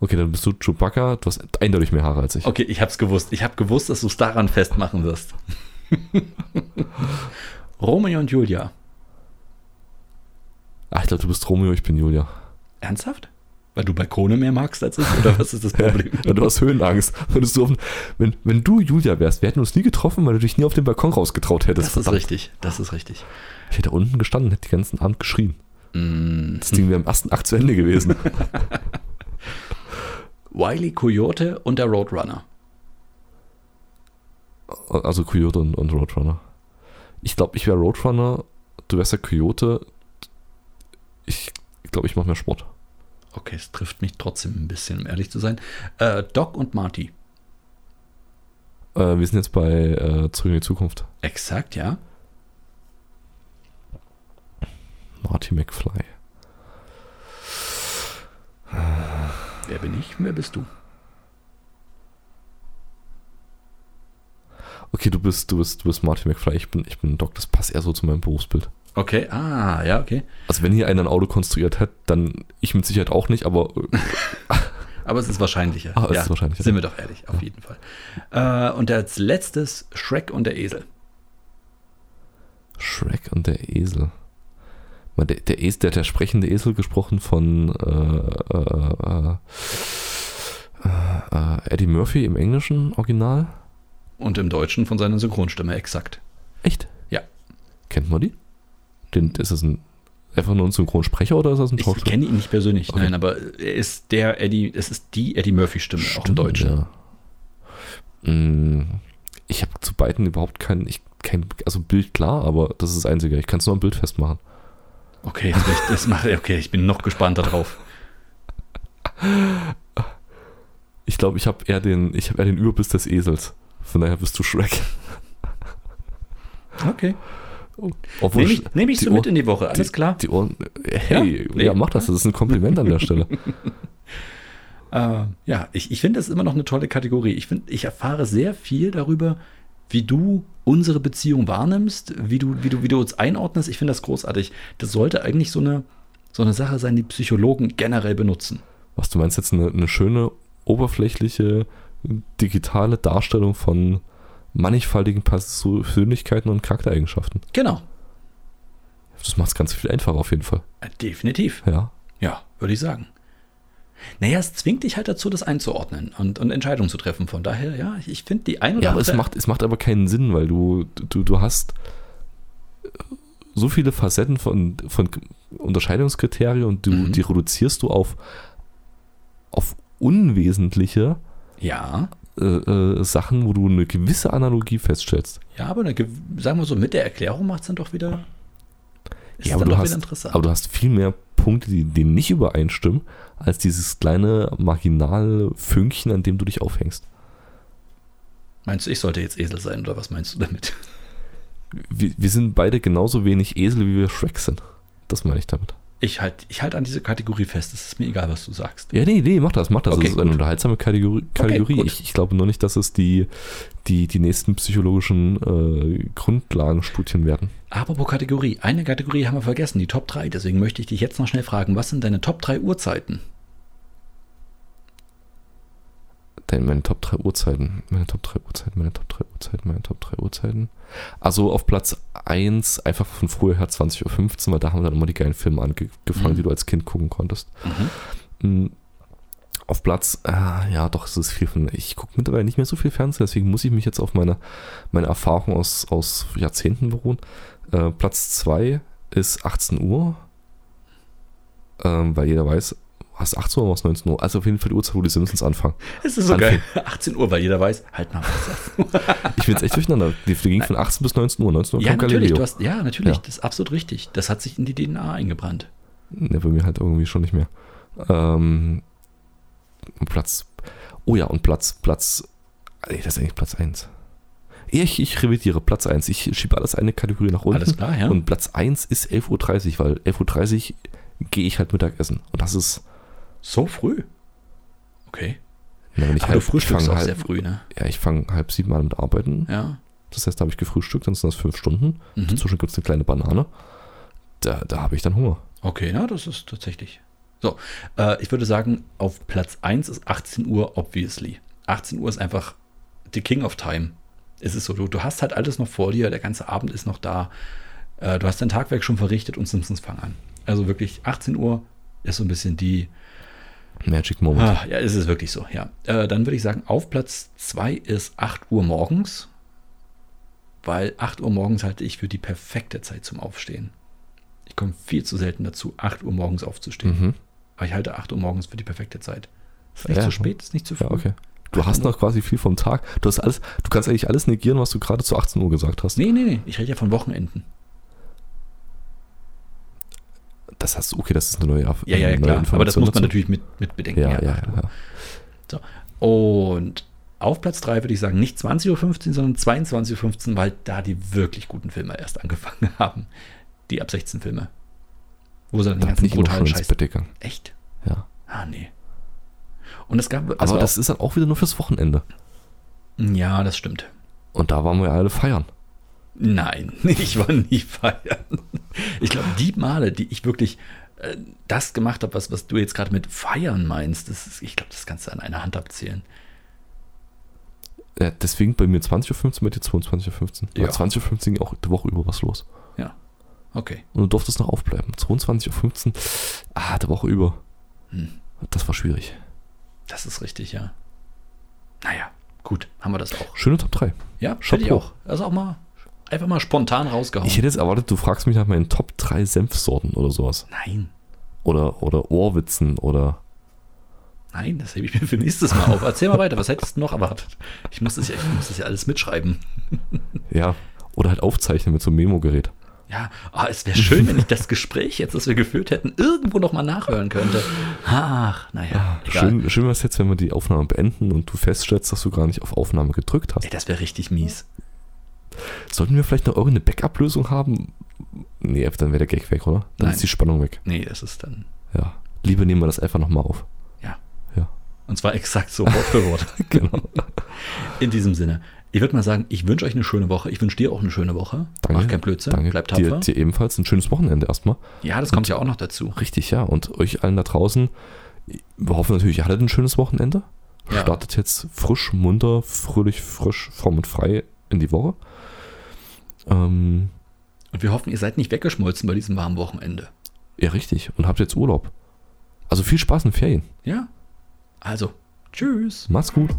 Speaker 2: Okay, dann bist du Chewbacca, du hast eindeutig mehr Haare als ich.
Speaker 1: Okay, ich hab's gewusst. Ich hab gewusst, dass du es daran festmachen wirst. <laughs> Romeo und Julia.
Speaker 2: Ah, ich glaube, du bist Romeo, ich bin Julia.
Speaker 1: Ernsthaft? Weil du Balkone mehr magst als ich? Oder was ist das Problem?
Speaker 2: Ja, du hast Höhenangst. Würdest du auf, wenn, wenn du Julia wärst, wir hätten uns nie getroffen, weil du dich nie auf den Balkon rausgetraut hättest.
Speaker 1: Das ist
Speaker 2: Verdammt.
Speaker 1: richtig. Das ist richtig.
Speaker 2: Ich hätte da unten gestanden, hätte den ganzen Abend geschrien.
Speaker 1: Mm.
Speaker 2: Das Ding wäre im ersten Akt zu
Speaker 1: <laughs>
Speaker 2: Ende gewesen.
Speaker 1: Wiley E. Coyote und der Roadrunner.
Speaker 2: also Coyote und, und Roadrunner. Ich glaube, ich wäre Roadrunner, du wärst der Coyote. Ich glaube, ich mache mehr Sport.
Speaker 1: Okay, es trifft mich trotzdem ein bisschen, um ehrlich zu sein. Äh, Doc und Marty.
Speaker 2: Äh, wir sind jetzt bei äh, Zurück in die Zukunft.
Speaker 1: Exakt, ja.
Speaker 2: Marty McFly.
Speaker 1: Wer bin ich? Wer bist du?
Speaker 2: Okay, du bist, du bist, du bist Marty McFly. Ich bin, ich bin Doc. Das passt eher so zu meinem Berufsbild.
Speaker 1: Okay, ah, ja, okay.
Speaker 2: Also wenn hier einer ein Auto konstruiert hat, dann ich mit Sicherheit auch nicht, aber
Speaker 1: <laughs>
Speaker 2: äh,
Speaker 1: Aber es ist wahrscheinlicher.
Speaker 2: Ah, es ist wahrscheinlicher.
Speaker 1: Sind wir doch ehrlich, auf jeden Fall. Äh, und als letztes Shrek und der Esel.
Speaker 2: Shrek und der Esel. Man, der, der Esel, der hat der sprechende Esel gesprochen von äh, äh, äh, äh, Eddie Murphy im englischen Original.
Speaker 1: Und im Deutschen von seiner Synchronstimme, exakt.
Speaker 2: Echt?
Speaker 1: Ja.
Speaker 2: Kennt man die? Den, ist das ein einfach nur ein Synchronsprecher oder ist das ein
Speaker 1: Ich
Speaker 2: Schauspieler?
Speaker 1: kenne ihn nicht persönlich,
Speaker 2: Okay.
Speaker 1: nein, aber er ist der Eddie, es ist die Eddie Murphy-Stimme, auch im
Speaker 2: Stimmt,
Speaker 1: Deutschen.
Speaker 2: ja. Mm, Ich habe zu beiden überhaupt keinen, ich, kein, also Bild klar, aber das ist das Einzige. Ich kann es nur am Bild festmachen.
Speaker 1: Okay, jetzt bin ich, das macht, okay, ich bin noch gespannter drauf.
Speaker 2: Ich glaube, ich habe eher den, ich habe eher den Überbiss des Esels. Von daher bist du Shrek.
Speaker 1: Okay.
Speaker 2: Obwohl
Speaker 1: Nehme ich, nehm ich
Speaker 2: die
Speaker 1: so mit
Speaker 2: Ohren-
Speaker 1: in die Woche, alles klar.
Speaker 2: Die Ohren, hey,
Speaker 1: Ja?
Speaker 2: ja,
Speaker 1: Nee.
Speaker 2: mach das, das ist ein Kompliment an der
Speaker 1: <laughs>
Speaker 2: Stelle.
Speaker 1: Äh, ja, ich, ich finde, das ist immer noch eine tolle Kategorie. Ich, find, ich erfahre sehr viel darüber, wie du unsere Beziehung wahrnimmst, wie du, wie du, wie du uns einordnest. Ich finde das großartig. Das sollte eigentlich so eine, so eine Sache sein, die Psychologen generell benutzen.
Speaker 2: Was du meinst, jetzt eine, eine schöne, oberflächliche, digitale Darstellung von mannigfaltigen Persönlichkeiten und Charaktereigenschaften.
Speaker 1: Genau.
Speaker 2: Das macht es ganz viel einfacher auf jeden Fall.
Speaker 1: Äh, Definitiv.
Speaker 2: Ja.
Speaker 1: Ja, würde ich sagen. Naja, es zwingt dich halt dazu, das einzuordnen und, und Entscheidungen zu treffen. Von daher, ja, ich- ich finde die ein oder
Speaker 2: Ja, aber es macht, es macht aber keinen Sinn, weil du, du, du hast äh, so viele Facetten von, von Unterscheidungskriterien und du,
Speaker 1: Mhm.
Speaker 2: die reduzierst du auf, auf unwesentliche
Speaker 1: Ja,
Speaker 2: äh, äh, Sachen, wo du eine gewisse Analogie feststellst.
Speaker 1: ja, aber eine, gew- sagen wir so, mit der Erklärung macht es dann doch wieder. Ist
Speaker 2: aber
Speaker 1: dann
Speaker 2: du
Speaker 1: doch
Speaker 2: hast-
Speaker 1: wieder interessant.
Speaker 2: Aber du hast viel mehr Punkte, die, die nicht übereinstimmen, als dieses kleine marginale Fünkchen, an dem du dich aufhängst.
Speaker 1: Meinst du, ich sollte jetzt Esel sein oder was meinst du damit?
Speaker 2: wir, wir sind beide genauso wenig Esel, wie wir Shrek sind. Das meine ich damit.
Speaker 1: Ich halte ich halt an diese Kategorie fest. Es ist mir egal, was du sagst.
Speaker 2: Ja, nee, nee, mach das, mach das.
Speaker 1: Okay,
Speaker 2: das ist eine
Speaker 1: gut.
Speaker 2: unterhaltsame Kategorie. Kategorie.
Speaker 1: gut.
Speaker 2: ich, ich glaube nur nicht, dass es die, die, die nächsten psychologischen äh, Grundlagenstudien werden.
Speaker 1: Apropos Kategorie. Eine Kategorie haben wir vergessen, die Top 3. Deswegen möchte ich dich jetzt noch schnell fragen, was sind deine Top 3 Uhrzeiten?
Speaker 2: Denn meine Top 3 Uhrzeiten, meine Top 3 Uhrzeiten, meine Top 3 Uhrzeiten, meine Top 3 Uhrzeiten. Also auf Platz 1 einfach von früher her 20.15 Uhr, weil da haben wir dann immer die geilen Filme angefangen,
Speaker 1: Mhm.
Speaker 2: die du als Kind gucken konntest.
Speaker 1: Mhm.
Speaker 2: Mm. Auf Platz, ah, ja doch, es ist viel von, ich gucke mittlerweile nicht mehr so viel Fernsehen, deswegen muss ich mich jetzt auf meine, meine Erfahrung aus, aus Jahrzehnten beruhen. Äh, Platz 2 ist 18 Uhr, ähm, weil jeder weiß, was 18 Uhr, was 19 Uhr, also auf jeden Fall die Uhrzeit, wo die Simpsons anfangen.
Speaker 1: Es ist so geil. <laughs> 18 Uhr, weil jeder weiß, halt mal was.
Speaker 2: Ich bin jetzt echt durcheinander, die, die ging von 18 bis 19 Uhr, 19 Uhr
Speaker 1: Ja,
Speaker 2: kam
Speaker 1: natürlich.
Speaker 2: Galileo.
Speaker 1: Du hast, ja, natürlich.
Speaker 2: Ja.
Speaker 1: Das ist absolut richtig. Das hat sich in die DNA eingebrannt.
Speaker 2: Ne, bei mir halt irgendwie schon nicht mehr. Ähm, und Platz. Oh ja, und Platz, Platz. Nee, das ist eigentlich Platz 1. Ich, ich revidiere Platz 1. Ich schiebe alles eine Kategorie nach unten.
Speaker 1: Alles klar, ja.
Speaker 2: Und Platz 1 ist 11.30 Uhr, weil 11.30 Uhr gehe ich halt Mittagessen. Und das ist,
Speaker 1: so früh? Okay.
Speaker 2: na, ne, wenn ich halt
Speaker 1: Aber
Speaker 2: halb,
Speaker 1: du frühstückst
Speaker 2: ich
Speaker 1: auch
Speaker 2: fange
Speaker 1: sehr
Speaker 2: halb,
Speaker 1: früh, ne?
Speaker 2: ja, ich fange halb sieben an mit Arbeiten.
Speaker 1: Ja.
Speaker 2: Das heißt, da habe ich gefrühstückt, dann sind das fünf Stunden.
Speaker 1: Mhm.
Speaker 2: Dazwischen gibt es eine kleine Banane. Da, da habe ich dann Hunger.
Speaker 1: Okay, na, das ist tatsächlich. So, äh, ich würde sagen, auf Platz 1 ist 18 Uhr, obviously. 18 Uhr ist einfach the King of Time. Es ist so, du, du hast halt alles noch vor dir, der ganze Abend ist noch da. Äh, du hast dein Tagwerk schon verrichtet und Simpsons fangen an. Also wirklich, 18 Uhr ist so ein bisschen die.
Speaker 2: Magic Moment.
Speaker 1: Ah, ja, es ist wirklich so, ja. Äh, dann würde ich sagen, auf Platz 2 ist 8 Uhr morgens. Weil 8 Uhr morgens halte ich für die perfekte Zeit zum Aufstehen. Ich komme viel zu selten dazu, 8 Uhr morgens aufzustehen.
Speaker 2: Mhm.
Speaker 1: Aber ich halte 8 Uhr morgens für die perfekte Zeit. Ist nicht
Speaker 2: Ja.
Speaker 1: zu spät, ist nicht zu früh.
Speaker 2: Ja, okay. Hm. Du hast noch quasi viel vom Tag. Du hast alles, du kannst eigentlich alles negieren, was du gerade zu 18 Uhr gesagt hast.
Speaker 1: Nee, nee, nee. Ich rede ja von Wochenenden.
Speaker 2: Das hast du, okay, das ist eine neue,
Speaker 1: Ja, ja, ja,
Speaker 2: neue
Speaker 1: klar. Aber das muss man
Speaker 2: dazu.
Speaker 1: natürlich mit, mit bedenken.
Speaker 2: Ja, ja,
Speaker 1: acht
Speaker 2: ja. ja.
Speaker 1: Uhr. Und auf Platz 3 würde ich sagen, nicht 20.15 Uhr, sondern 22.15 Uhr, weil da die wirklich guten Filme erst angefangen <laughs> haben. Die ab 16 Filme. Wo sie dann den
Speaker 2: Da bin
Speaker 1: ganzen
Speaker 2: ich immer schon
Speaker 1: brutalen
Speaker 2: ins
Speaker 1: Scheiß.
Speaker 2: Bett gegangen.
Speaker 1: Echt?
Speaker 2: Ja.
Speaker 1: Ah, nee. Und es gab.
Speaker 2: Aber
Speaker 1: war
Speaker 2: das ist dann auch wieder nur fürs Wochenende.
Speaker 1: auch, ja, das stimmt.
Speaker 2: Und da waren wir alle feiern.
Speaker 1: Nein, <laughs> ich war nie feiern. Ich glaube, die Male, die ich wirklich äh, das gemacht habe, was, was du jetzt gerade mit feiern meinst, das ist, ich glaube, das kannst du an einer Hand abzählen.
Speaker 2: Ja, deswegen bei mir 20.15 Uhr, bei dir 22.15 Uhr.
Speaker 1: Ja.
Speaker 2: Ja. 20.15 Uhr ging auch die Woche über was los.
Speaker 1: Ja. Okay.
Speaker 2: Und du durftest noch aufbleiben. 22.15 Uhr, ah, die Woche über.
Speaker 1: Hm.
Speaker 2: Das war schwierig.
Speaker 1: Das ist richtig, ja. Naja, gut, haben wir das auch.
Speaker 2: Schöne Top 3.
Speaker 1: Ja,
Speaker 2: Chapeau.
Speaker 1: finde ich auch. Also auch mal einfach mal spontan rausgehauen.
Speaker 2: Ich hätte jetzt erwartet, du fragst mich nach meinen Top 3 Senfsorten oder sowas.
Speaker 1: nein,
Speaker 2: Oder, oder Ohrwitzen oder
Speaker 1: nein, das hebe ich mir für nächstes Mal auf. Erzähl mal weiter, was hättest du noch erwartet? Ich muss das ja, ich muss das ja alles mitschreiben.
Speaker 2: Ja, oder halt aufzeichnen mit so einem Memo-Gerät.
Speaker 1: Ja, ah, es wäre schön, wenn ich das Gespräch jetzt, das wir geführt hätten, irgendwo nochmal nachhören könnte. Ach, naja, egal.
Speaker 2: Schön, schön wäre es jetzt, wenn wir die Aufnahme beenden und du feststellst, dass du gar nicht auf Aufnahme gedrückt
Speaker 1: Ey,
Speaker 2: hast.
Speaker 1: das wäre richtig mies.
Speaker 2: Sollten wir vielleicht noch irgendeine Backup-Lösung haben? Nee, dann wäre der Gag weg, oder? Dann
Speaker 1: Nein.
Speaker 2: ist die Spannung weg.
Speaker 1: Nee, das ist dann,
Speaker 2: Ja. Lieber nehmen wir das einfach nochmal auf.
Speaker 1: ja.
Speaker 2: Ja.
Speaker 1: Und zwar exakt so Wort für Wort.
Speaker 2: <laughs> Genau.
Speaker 1: In diesem Sinne. Ich würde mal sagen, ich wünsche euch eine schöne Woche. Ich wünsche dir auch eine schöne Woche.
Speaker 2: Danke.
Speaker 1: Mach kein Blödsinn.
Speaker 2: Danke
Speaker 1: Bleibt
Speaker 2: dir,
Speaker 1: tapfer.
Speaker 2: dir ebenfalls. Ein schönes Wochenende erstmal.
Speaker 1: ja, das kommt ja auch noch dazu.
Speaker 2: Richtig, ja. Und euch allen da draußen. Wir hoffen natürlich, ihr hattet ein schönes Wochenende.
Speaker 1: Ja.
Speaker 2: Startet jetzt frisch, munter, fröhlich, frisch, fromm und frei in die Woche. Ähm,
Speaker 1: Und wir hoffen, ihr seid nicht weggeschmolzen bei diesem warmen Wochenende.
Speaker 2: Ja, richtig. Und habt jetzt Urlaub. Also viel Spaß in den Ferien.
Speaker 1: Ja? Also, tschüss.
Speaker 2: Macht's gut.